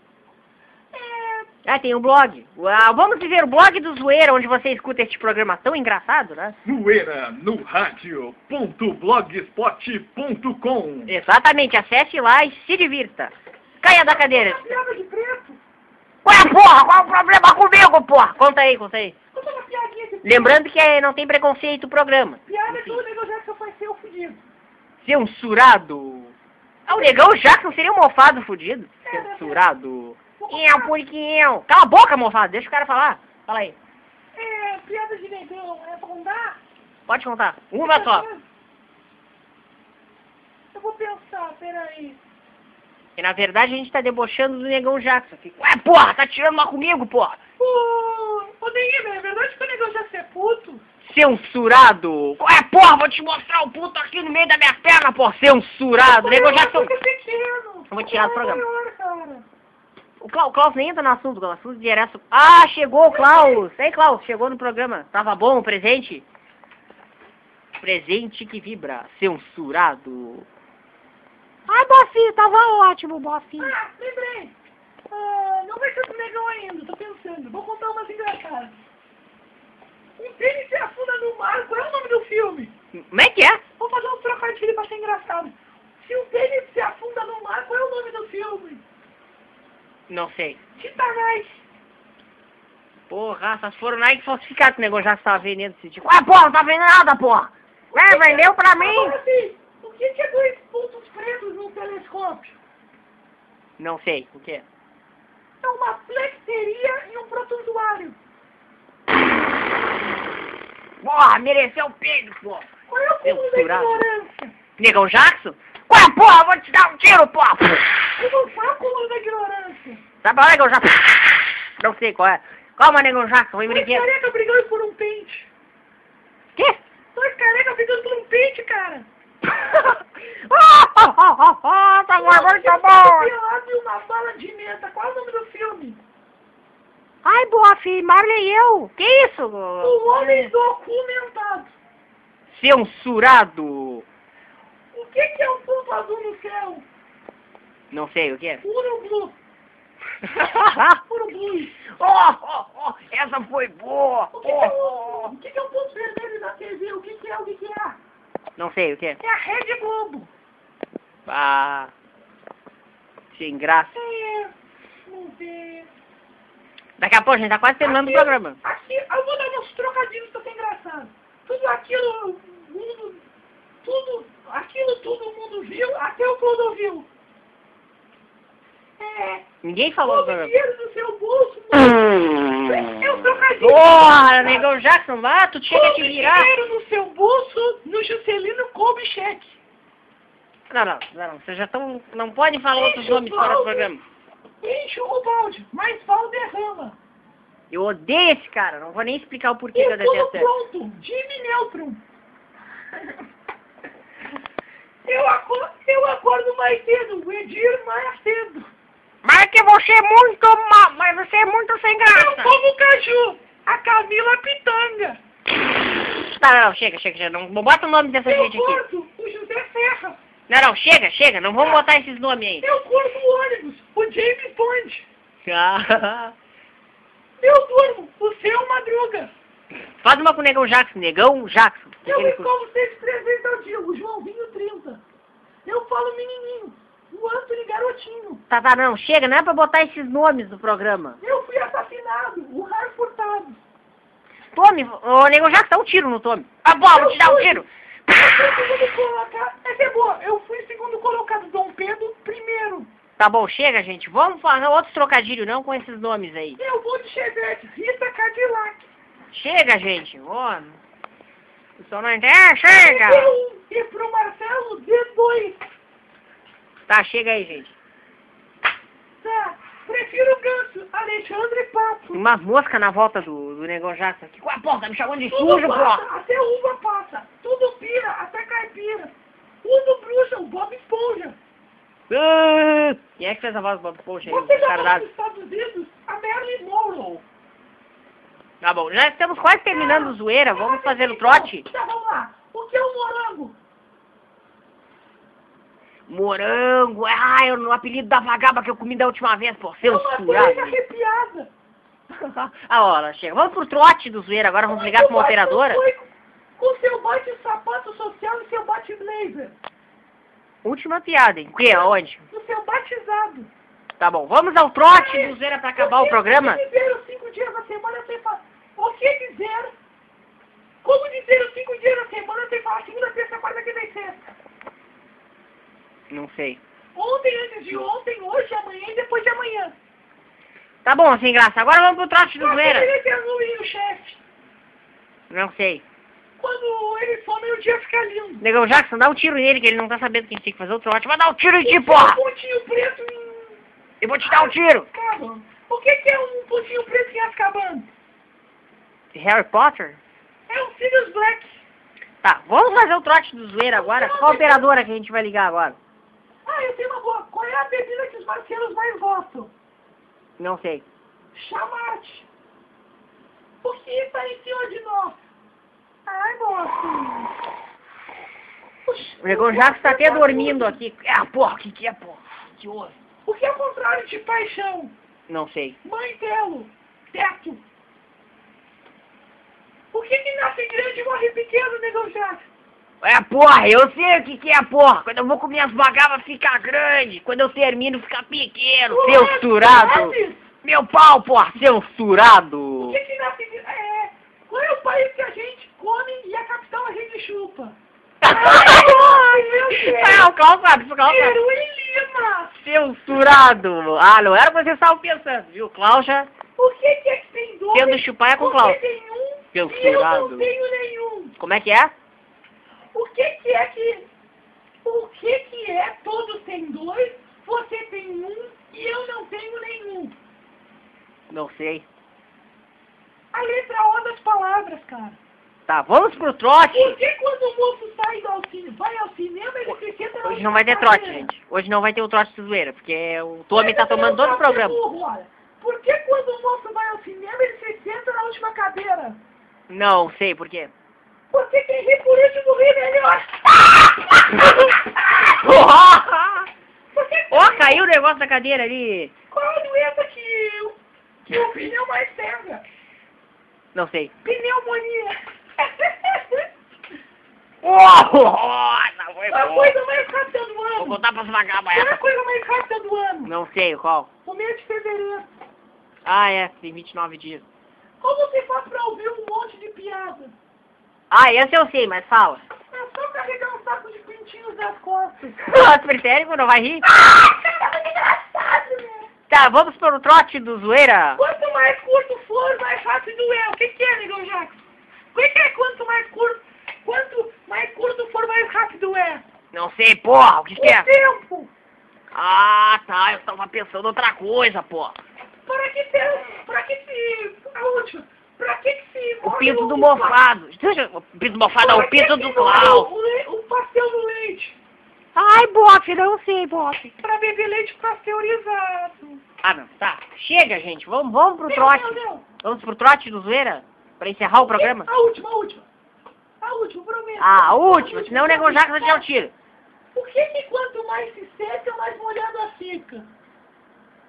Speaker 3: É,
Speaker 1: Ah, tem o blog. Ah, vamos ver o blog do Zoeira, onde você escuta este programa tão engraçado, né?
Speaker 4: Zoeira no rádio.blogspot.com
Speaker 1: Exatamente, acesse lá e se divirta. Caia da Tá, cadeira.
Speaker 3: uma piada de preto.
Speaker 1: Qual é a porra? Qual é o problema comigo, porra? Conta aí, conta aí.
Speaker 3: Conta uma piadinha de preto.
Speaker 1: Lembrando que eh, não tem preconceito o programa.
Speaker 3: Piada que o Nego Jackson faz ser o fudido.
Speaker 1: Censurado. Ah, o negão já que não seria um mofado fudido.
Speaker 3: É, né?
Speaker 1: Censurado.
Speaker 3: Vou contar.
Speaker 1: É um puriquinho. Cala a boca, mofado. Deixa o cara falar. Fala aí.
Speaker 3: É, piada de negão, é pra contar?
Speaker 1: Pode contar. Uma só.
Speaker 3: Eu vou pensar, peraí.
Speaker 1: E na verdade a gente tá debochando do negão Jackson. Que, Ué, porra, tá tirando lá comigo, porra.
Speaker 3: Ô, ô Neguinho, é verdade que o negão já ser puto?
Speaker 1: Censurado. Ué, porra, vou te mostrar o puto aqui no meio da minha perna, porra. Censurado. Negão Jackson.
Speaker 3: Fica pequeno.
Speaker 1: vou tirar do
Speaker 3: É
Speaker 1: programa.
Speaker 3: maior, cara.
Speaker 1: O, Clau, o Klaus nem entra no assunto, o assunto direto. Ah, chegou o Klaus! Ei, Klaus, chegou no programa. Tava bom o presente? Presente que vibra, censurado.
Speaker 2: Ai, Bofi, Ah, tava ótimo, Bofi.
Speaker 3: Ah, lembrei. Ah, não vai ser do negão ainda, tô pensando. Vou contar umas engraçadas. Um tênis se afunda no mar, qual é o nome do filme?
Speaker 1: Como é que é?
Speaker 3: Vou fazer um trocadilho pra ser engraçado. Se um tênis se afunda no mar, qual é o nome do filme?
Speaker 1: Não sei.
Speaker 3: Titanais.
Speaker 1: Porra, essas foram Nike falsificadas, o negócio já tava vendendo esse tipo. Ah, porra, não tá vendendo nada, Né, porra!
Speaker 2: É, vendeu pra mim.
Speaker 3: Agora sim, o que que é dois pontos pretos num telescópio?
Speaker 1: Não sei, o quê?
Speaker 3: É uma flexeria e um protozoário.
Speaker 1: Porra, mereceu o peido, porra!
Speaker 3: Qual é o cúmulo da
Speaker 1: Censurado.
Speaker 3: ignorância?
Speaker 1: Negão Jackson? Ué, porra, vou te dar um tiro, porra!
Speaker 3: Eu não sei o cúmulo da ignorância.
Speaker 1: Sabe lá, Negão Jackson? Não sei qual é. Calma, Negão Jackson, vem
Speaker 3: Dois
Speaker 1: brinquedo.
Speaker 3: carecas brigando por um pente.
Speaker 1: Quê?
Speaker 3: Dois carecas brigando por um pente, cara.
Speaker 2: tá bom, muito bom.
Speaker 3: Pelado e uma bala de menta. Qual é o nome do filme?
Speaker 2: Ai, Bofi, Marley e eu. Um
Speaker 1: Que isso?
Speaker 3: O Homem Documentado.
Speaker 1: Censurado.
Speaker 3: O que que é um ponto azul no céu?
Speaker 1: Não sei o que é.
Speaker 3: Puro blue. Puro blue.
Speaker 5: Oh, oh, oh, essa foi boa.
Speaker 3: O que, que, é o,
Speaker 5: Oh,
Speaker 3: o que, que é um ponto vermelho na TV? O que, que é? O que, que é?
Speaker 1: Não sei o que é.
Speaker 3: É a Rede Globo.
Speaker 1: Ah. Sem graça.
Speaker 3: É. Vamos ver.
Speaker 1: Daqui a pouco a gente tá quase terminando o
Speaker 3: Aqui-
Speaker 1: programa.
Speaker 3: Aqui, eu vou dar uns trocadilhos que eu tô engraçado. Tudo aquilo, mundo, tudo, aquilo todo mundo viu, até o Clodovil. É,
Speaker 1: Ninguém falou do
Speaker 3: todo
Speaker 1: programa.
Speaker 3: dinheiro do seu bolso,
Speaker 1: Hum.
Speaker 3: é um trocadilho.
Speaker 1: Porra, negão Jackson, lá, tu tinha que te
Speaker 3: Todo
Speaker 1: virar.
Speaker 3: dinheiro no seu bolso, no Juscelino coube cheque.
Speaker 1: Não, não, não, vocês já estão. Não podem falar outros nomes fora do programa.
Speaker 3: Enche o balde, é mas fala derrama.
Speaker 1: Eu odeio esse cara, não vou nem explicar o porquê que
Speaker 3: E
Speaker 1: eu
Speaker 3: tudo
Speaker 1: detesto ele.
Speaker 3: pronto, Jimmy Neutron. Eu acordo, eu acordo mais cedo, o Edir mais cedo.
Speaker 2: Mas que você é muito mal, mas você é muito sem
Speaker 3: Eu
Speaker 2: graça.
Speaker 3: como caju, a Camila Pitanga.
Speaker 1: Não, não, não, chega, chega, chega. Não, não bota o nome dessa
Speaker 3: Eu
Speaker 1: gente aqui.
Speaker 3: corto o José Serra.
Speaker 1: Não, não, chega, chega. Não vamos botar esses nomes aí.
Speaker 3: Eu corto o ônibus, o James Bond.
Speaker 1: Ah.
Speaker 3: Eu durmo, o seu Madruga.
Speaker 1: Faz uma com o Negão Jackson. Negão Jackson.
Speaker 3: Eu vi como se escrevendo, eu digo, Joãozinho 30. Eu falo menininho, o Anthony garotinho.
Speaker 1: Tá, tá, não. Chega, não é pra botar esses nomes no programa.
Speaker 3: Eu fui assassinado, o raro furtado.
Speaker 1: Tome, ô Negão Jackson, dá um tiro no Tome. Ah, bom, vou te dar um tiro.
Speaker 3: Eu fui segundo colocado, essa é boa, eu fui segundo colocado, Dom Pedro primeiro.
Speaker 1: Tá bom, chega, gente. Vamos fazer outros trocadilhos, não com esses nomes aí.
Speaker 3: Eu vou de Chevette, Rita Cadillac.
Speaker 1: Chega, gente. Ô, o pessoal não entende. É, chega.
Speaker 3: D1 e pro Marcelo, D2.
Speaker 1: Tá, chega aí, gente.
Speaker 3: Tá, prefiro o ganso, Alexandre Pato.
Speaker 1: Uma mosca na volta do, do Negão Jackson aqui. Ué, porra, tá me chamando de sujo,
Speaker 3: passa,
Speaker 1: porra.
Speaker 3: até uva passa, tudo pira, até caipira. Uno bruxa, o Bob Esponja.
Speaker 1: Ah, Quem é que fez a voz do Bob Esponja aí?
Speaker 3: Você já vai
Speaker 1: Retardado.
Speaker 3: nos Estados Unidos? A Marilyn Monroe.
Speaker 1: Tá bom, já estamos quase terminando o zoeira. Vamos fazer o trote.
Speaker 3: Tá, vamos lá. O que é um morango?
Speaker 1: Morango. Ah, eu, o apelido da vagaba que eu comi da última vez, pô.
Speaker 3: É
Speaker 1: Seus
Speaker 3: uma
Speaker 1: furados.
Speaker 3: coisa arrepiada.
Speaker 1: A hora, Ah, chega. Vamos pro trote do zoeira agora. Vamos ligar pra uma operadora.
Speaker 3: Foi Com seu bote sapato social e seu bote blazer.
Speaker 1: Última piada, hein? O quê? Aonde?
Speaker 3: No seu batizado.
Speaker 1: Tá bom, vamos ao trote do Zera pra acabar o programa?
Speaker 3: O que dizer os cinco dias da semana sem falar... O que dizer? Como dizer os cinco dias da semana sem falar segunda, terça, quarta, quinta e sexta?
Speaker 1: Não sei.
Speaker 3: Ontem, antes de ontem, hoje, amanhã e depois de amanhã.
Speaker 1: Tá bom, sem graça. Agora vamos pro trote do
Speaker 3: Mas
Speaker 1: Zera.
Speaker 3: deveria ter a Lu e o chefe.
Speaker 1: Não sei.
Speaker 3: Quando eles somem, o dia fica lindo.
Speaker 1: Negão Jackson, dá um tiro nele, que ele não tá sabendo que a gente tem que fazer o trote. Vai dar um tiro em ti, porra!
Speaker 3: Um pontinho preto em...
Speaker 1: Eu vou te dar um tiro!
Speaker 3: Ascaban. O que, que é um pontinho preto em Azkaban?
Speaker 1: Harry Potter?
Speaker 3: É o Sirius Black.
Speaker 1: Tá, vamos fazer o trote do zoeira agora. Qual a operadora que a gente vai ligar agora?
Speaker 3: Ah, eu tenho uma boa. Qual é a bebida que os marcianos mais gostam?
Speaker 1: Não sei.
Speaker 3: Chamate. O que está em cima de nós? Ai, moço. Oxi,
Speaker 1: O Negão Jackson tá até dormindo aqui. Ah, porra, o que que é, porra? Que ouro?
Speaker 3: O que é o contrário de paixão?
Speaker 1: Não sei.
Speaker 3: Mãe dela. Teto. O que que nasce grande e morre pequeno, Negão Jackson?
Speaker 1: É, porra, eu sei o que que é, porra. Quando eu vou comer as bagabas, fica grande. Quando eu termino, fica pequeno. Seu surado.
Speaker 3: é?
Speaker 1: Meu pau, porra,
Speaker 3: O
Speaker 1: censurado!
Speaker 3: que que nasce grande? É, qual é o país que a gente come e a capital a gente chupa? Ai, meu Deus.
Speaker 1: Ah, calma, Fábio, calma.
Speaker 3: Peru e Lima.
Speaker 1: Censurado! Ah, não era o que vocês estavam pensando, viu? Klaus já
Speaker 3: O que que é que tem dois?
Speaker 1: tendo chupar é com o Klaus.
Speaker 3: Você tem um
Speaker 1: Seu
Speaker 3: e eu
Speaker 1: furado.
Speaker 3: não tenho nenhum.
Speaker 1: Como é que é?
Speaker 3: O que que é que... O que que é todos têm dois, você tem um e eu não tenho nenhum?
Speaker 1: Não sei.
Speaker 3: A letra O das palavras, cara.
Speaker 1: Tá, vamos pro trote.
Speaker 3: Por que quando o moço sai do cine, vai ao cinema, ele se senta na
Speaker 1: Hoje não vai ter trote,
Speaker 3: cadeira?
Speaker 1: gente. Hoje não vai ter o trote de zoeira, porque o Tommy tá tomando todo o programa.
Speaker 3: Por que quando o moço vai ao cinema, ele se senta na última cadeira?
Speaker 1: Não sei por quê.
Speaker 3: Porque quem ri por último ri melhor.
Speaker 1: Ó,
Speaker 3: Porque
Speaker 1: caiu o negócio da cadeira ali.
Speaker 3: qual a doença que, o- que o pneu mais pega?
Speaker 1: Não sei.
Speaker 3: Pneumonia.
Speaker 1: Nossa, tá, foi
Speaker 3: a
Speaker 1: bom.
Speaker 3: coisa mais rápida do
Speaker 1: Vou
Speaker 3: ano.
Speaker 1: botar pras vagabas
Speaker 3: Qual é a
Speaker 1: essa.
Speaker 3: coisa mais rápida do ano?
Speaker 1: Não sei qual.
Speaker 3: O mês de fevereiro.
Speaker 1: Ah, é, tem 29 dias.
Speaker 3: Como se faz pra ouvir um monte de piada?
Speaker 1: Ah, essa eu sei, mas fala.
Speaker 3: É só carregar um saco de pintinhos nas costas.
Speaker 1: Tu prefere quando vai rir?
Speaker 3: Cara, que engraçado, né?
Speaker 1: Tá, vamos para o trote do zoeira.
Speaker 3: Quanto mais curto for, mais rápido é. O que, que é, Negão Jackson? O que, que é quanto mais curto? Quanto mais curto for, mais rápido é.
Speaker 1: Não sei, porra, o que, que
Speaker 3: O
Speaker 1: é?
Speaker 3: tempo.
Speaker 1: Ah, tá, eu tava pensando outra coisa, porra.
Speaker 3: Para que ter. Para que se. A última. Para que que se.
Speaker 1: O
Speaker 3: molha
Speaker 1: pinto do
Speaker 3: o-
Speaker 1: mofado. Deixa- O pinto do mofado é
Speaker 3: Para
Speaker 1: o
Speaker 3: que
Speaker 1: pinto
Speaker 3: que
Speaker 1: do
Speaker 3: molha
Speaker 1: Clau.
Speaker 3: O, le- o pastel no leite.
Speaker 1: Ai, bofe, não sei, bofe.
Speaker 3: Para beber leite pasteurizado.
Speaker 1: Ah, não, tá. Chega, gente, vamos, vamos pro
Speaker 3: Meu, meu,
Speaker 1: trote.
Speaker 3: meu.
Speaker 1: Vamos pro trote do zoeira? Pra encerrar o programa?
Speaker 3: A última, a última. A última, prometo.
Speaker 1: Ah, a última, senão o Negão Jackson vai tirar o tiro.
Speaker 3: Por que que quanto mais se seca, mais molhada fica?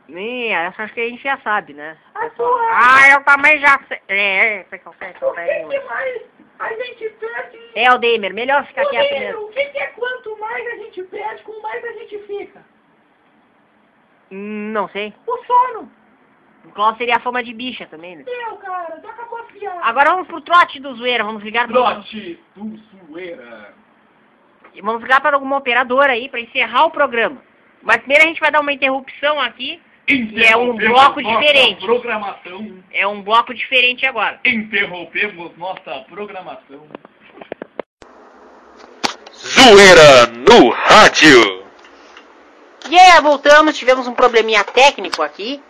Speaker 6: Ih, essa acho que a gente já sabe, né?
Speaker 3: A sua.
Speaker 1: Ah, eu também já sei. É, sei que eu sei
Speaker 3: O
Speaker 1: por aí,
Speaker 3: que,
Speaker 1: mano.
Speaker 3: que mais a gente perde?
Speaker 6: É, Aldemer, melhor ficar quieto
Speaker 3: Poder,
Speaker 6: mesmo.
Speaker 3: o que, que é quanto mais a gente perde, com mais a gente fica?
Speaker 6: Hum, Não sei.
Speaker 3: O sono.
Speaker 6: O Klaus seria a fama de bicha também, né?
Speaker 3: Meu, cara, tu acabou a piada.
Speaker 6: Agora vamos pro trote do zoeira, vamos ligar pro...
Speaker 4: Trote do Zoeira.
Speaker 6: Vamos ligar para alguma operadora aí pra encerrar o programa. Mas primeiro a gente vai dar uma interrupção aqui. é um
Speaker 4: Interrompemos
Speaker 6: bloco
Speaker 4: nossa
Speaker 6: diferente.
Speaker 4: Programação.
Speaker 6: É um bloco diferente agora.
Speaker 4: Interrompemos nossa programação.
Speaker 7: Zoeira no rádio.
Speaker 6: E aí, voltamos, tivemos um probleminha técnico aqui.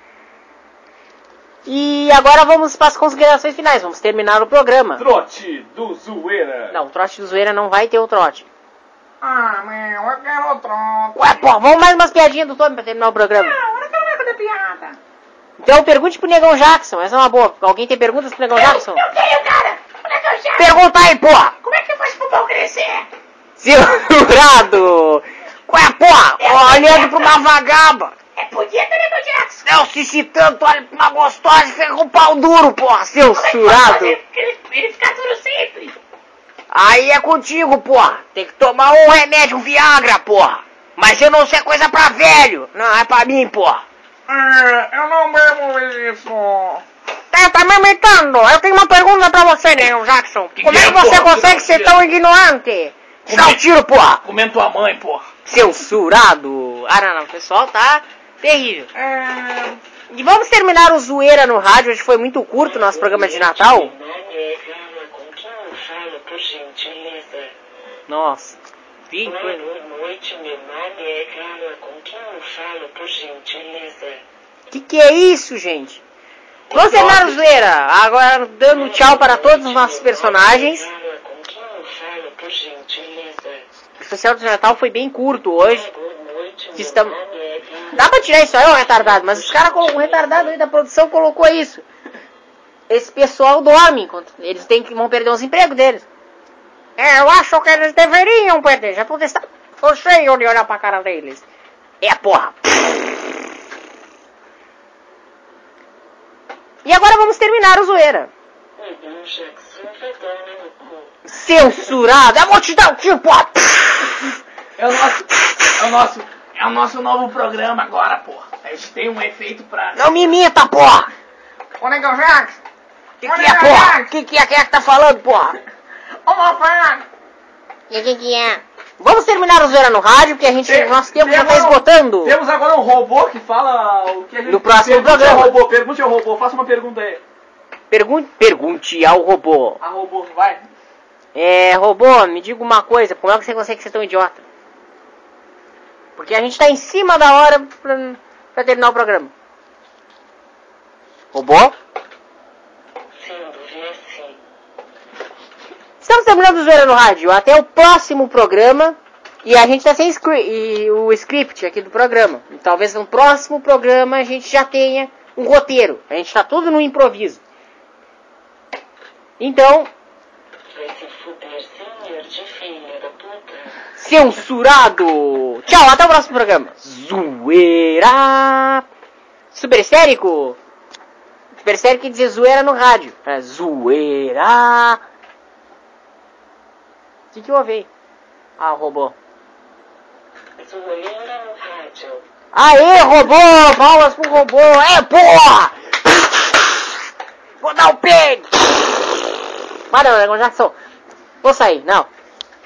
Speaker 6: E agora vamos para as considerações finais, vamos terminar o programa.
Speaker 4: Trote do Zoeira.
Speaker 6: Não, o trote do zoeira não vai ter o trote.
Speaker 1: Ah, meu, eu quero troca.
Speaker 6: Ué, pô, vamos mais umas piadinhas do Tommy pra terminar o programa.
Speaker 1: Não, eu não quero mais fazer piada.
Speaker 6: Então pergunte pro Negão Jackson, essa é uma boa. Alguém tem perguntas pro Negão Jackson?
Speaker 1: Eu tenho, cara. Olha que eu já...
Speaker 6: Pergunta aí, porra!
Speaker 1: Como é que faz pro pão crescer?
Speaker 6: Segurado! Qual é, porra? Olhando pra uma vagaba!
Speaker 1: É bonito, né, meu Jackson?
Speaker 6: Não, se citando, olha pra uma gostosa e fica com o pau duro,
Speaker 1: é
Speaker 6: porra, censurado!
Speaker 1: Ele, ele, ele fica duro sempre.
Speaker 6: Aí é contigo, porra. Tem que tomar um remédio, um Viagra, porra. Mas eu não sei coisa pra velho. Não, é pra mim, porra.
Speaker 5: É,
Speaker 1: eu não bebo isso.
Speaker 6: Tá, tá me imitando. Eu tenho uma pergunta pra você, Negão Jackson. Como é que você consegue ser tão ignorante? Te Dá um tiro, porra.
Speaker 4: Comendo tua mãe, porra.
Speaker 6: Censurado. Ah, não, não. O pessoal tá terrível.
Speaker 1: É...
Speaker 6: E vamos terminar o Zoeira no rádio. Hoje foi muito curto o nosso programa de Natal.
Speaker 8: Negada, com quem eu falo, por gentileza?
Speaker 6: Nossa. Que
Speaker 8: Olá,
Speaker 6: coisa.
Speaker 8: boa noite, meu nome é Carla, com quem eu falo, por gentileza?
Speaker 6: Que que é isso, gente? Vamos terminar o Zoeira. Agora dando tchau para todos os nossos personagens.
Speaker 8: Carla, com quem eu falo, por gentileza?
Speaker 6: O especial de Natal foi bem curto hoje.
Speaker 8: Boa noite, meu
Speaker 6: Estamos-
Speaker 8: nome é Carla.
Speaker 6: Dá pra tirar isso aí, ô retardado, mas os caras, colo- o retardado aí da produção colocou isso. Esse pessoal dorme, enquanto eles têm que, vão perder os empregos deles. É, eu acho que eles deveriam perder, já tô testando. Tô cheio de olhar pra cara deles. É, porra. E agora vamos terminar o zoeira.
Speaker 8: Negão Jackson vai um dar no cu.
Speaker 6: Censurado, eu vou te dar um tiro, porra.
Speaker 5: É o nosso. É o nosso. É o nosso novo programa agora, porra. A gente tem um efeito pra.
Speaker 6: Não me imita, porra.
Speaker 1: Ô, Negão Jackson.
Speaker 6: Que que é, porra? Que que é, quem é que tá falando, porra?
Speaker 1: Ô, Mofan.
Speaker 6: Vamos terminar o Zoeira no Rádio, porque a gente,
Speaker 5: Tem-
Speaker 6: nosso tempo já tá
Speaker 5: temos um-
Speaker 6: esgotando.
Speaker 5: Temos agora um robô que fala o que a gente.
Speaker 6: No próximo
Speaker 5: Pergunte
Speaker 6: programa.
Speaker 5: ao robô, pergunte ao robô, faça uma pergunta aí.
Speaker 6: Pergun- pergunte ao robô.
Speaker 5: A robô, vai.
Speaker 6: É, robô, me diga uma coisa, como é que você consegue ser tão idiota? Porque a gente tá em cima da hora pra, pra terminar o programa. Robô?
Speaker 8: Sendo bem assim.
Speaker 6: Estamos terminando o Zoeira no Rádio. Até o próximo programa. E a gente tá sem scri- e o script aqui do programa. E talvez no próximo programa a gente já tenha um roteiro. A gente tá tudo no improviso. Então,
Speaker 8: Vai se fuder, senhor de filha da puta.
Speaker 6: censurado! Tchau, até o próximo programa. Zoeira! Superestérico! Superestérico quer dizer zoeira no rádio. É zoeira! O que, que eu ouvi? Ah, o robô.
Speaker 8: Zoeira tá no rádio.
Speaker 6: Aê, robô! Palmas pro robô! É, porra! Vou dar o peito! Mas não, Negão Jackson. Vou sair, não.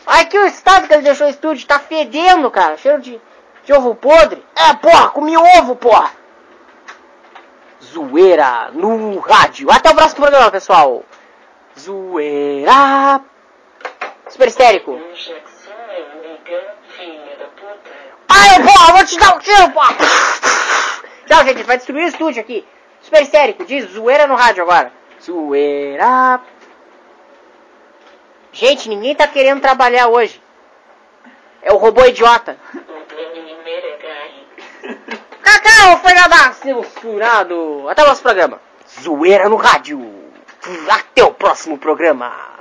Speaker 6: Ai, que o estado que ele deixou o estúdio tá fedendo, cara. Cheiro de, de ovo podre. É, porra, comi ovo, porra. Zoeira no rádio. Até o próximo programa, pessoal. Zoeira. Super histérico.
Speaker 8: Negão Jackson é um negão, filha da puta.
Speaker 6: Ai, porra, vou te dar um tiro, porra! Tchau, gente, vai destruir o estúdio aqui. Super histérico, diz zoeira no rádio agora. Zoeira. Gente, ninguém tá querendo trabalhar hoje. É o robô idiota.
Speaker 8: O Dani Meregai.
Speaker 6: Cacau, foi nadar, seu furado. Até o nosso programa. Zoeira no rádio. Até o próximo programa.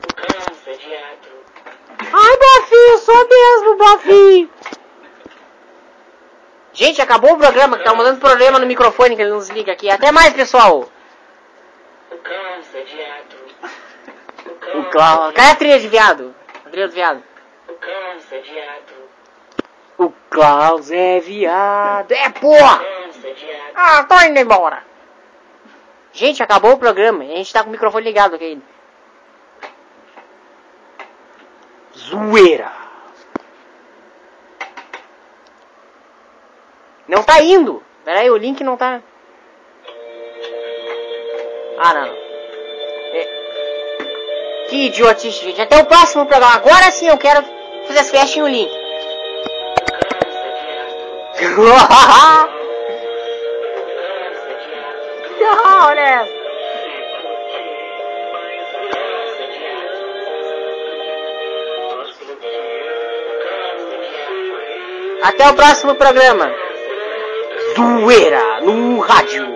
Speaker 8: O Causa, viado.
Speaker 9: Bafinho, sou mesmo, Bafinho.
Speaker 6: Gente, acabou o programa, que tá mandando problema no microfone que ele não desliga aqui. Até mais, pessoal.
Speaker 8: O cão assediado. O
Speaker 6: O Klaus. Cadê a trilha de viado? A trilha do viado.
Speaker 8: O cão assediado.
Speaker 6: O Klaus é viado. É
Speaker 8: O
Speaker 6: porra!
Speaker 8: cão assediado.
Speaker 10: Ah, tô indo embora.
Speaker 6: Gente, acabou o programa. A gente tá com o microfone ligado aqui. ainda. Zoeira. Não tá indo. Pera aí, o link não tá... Ah, não. É. Que idiotice, gente. Até o próximo programa. Agora sim eu quero fazer as festas em um link.
Speaker 8: O cão assediado. O cão assediado.
Speaker 6: Olha essa. Até o próximo programa. Zoeira no rádio.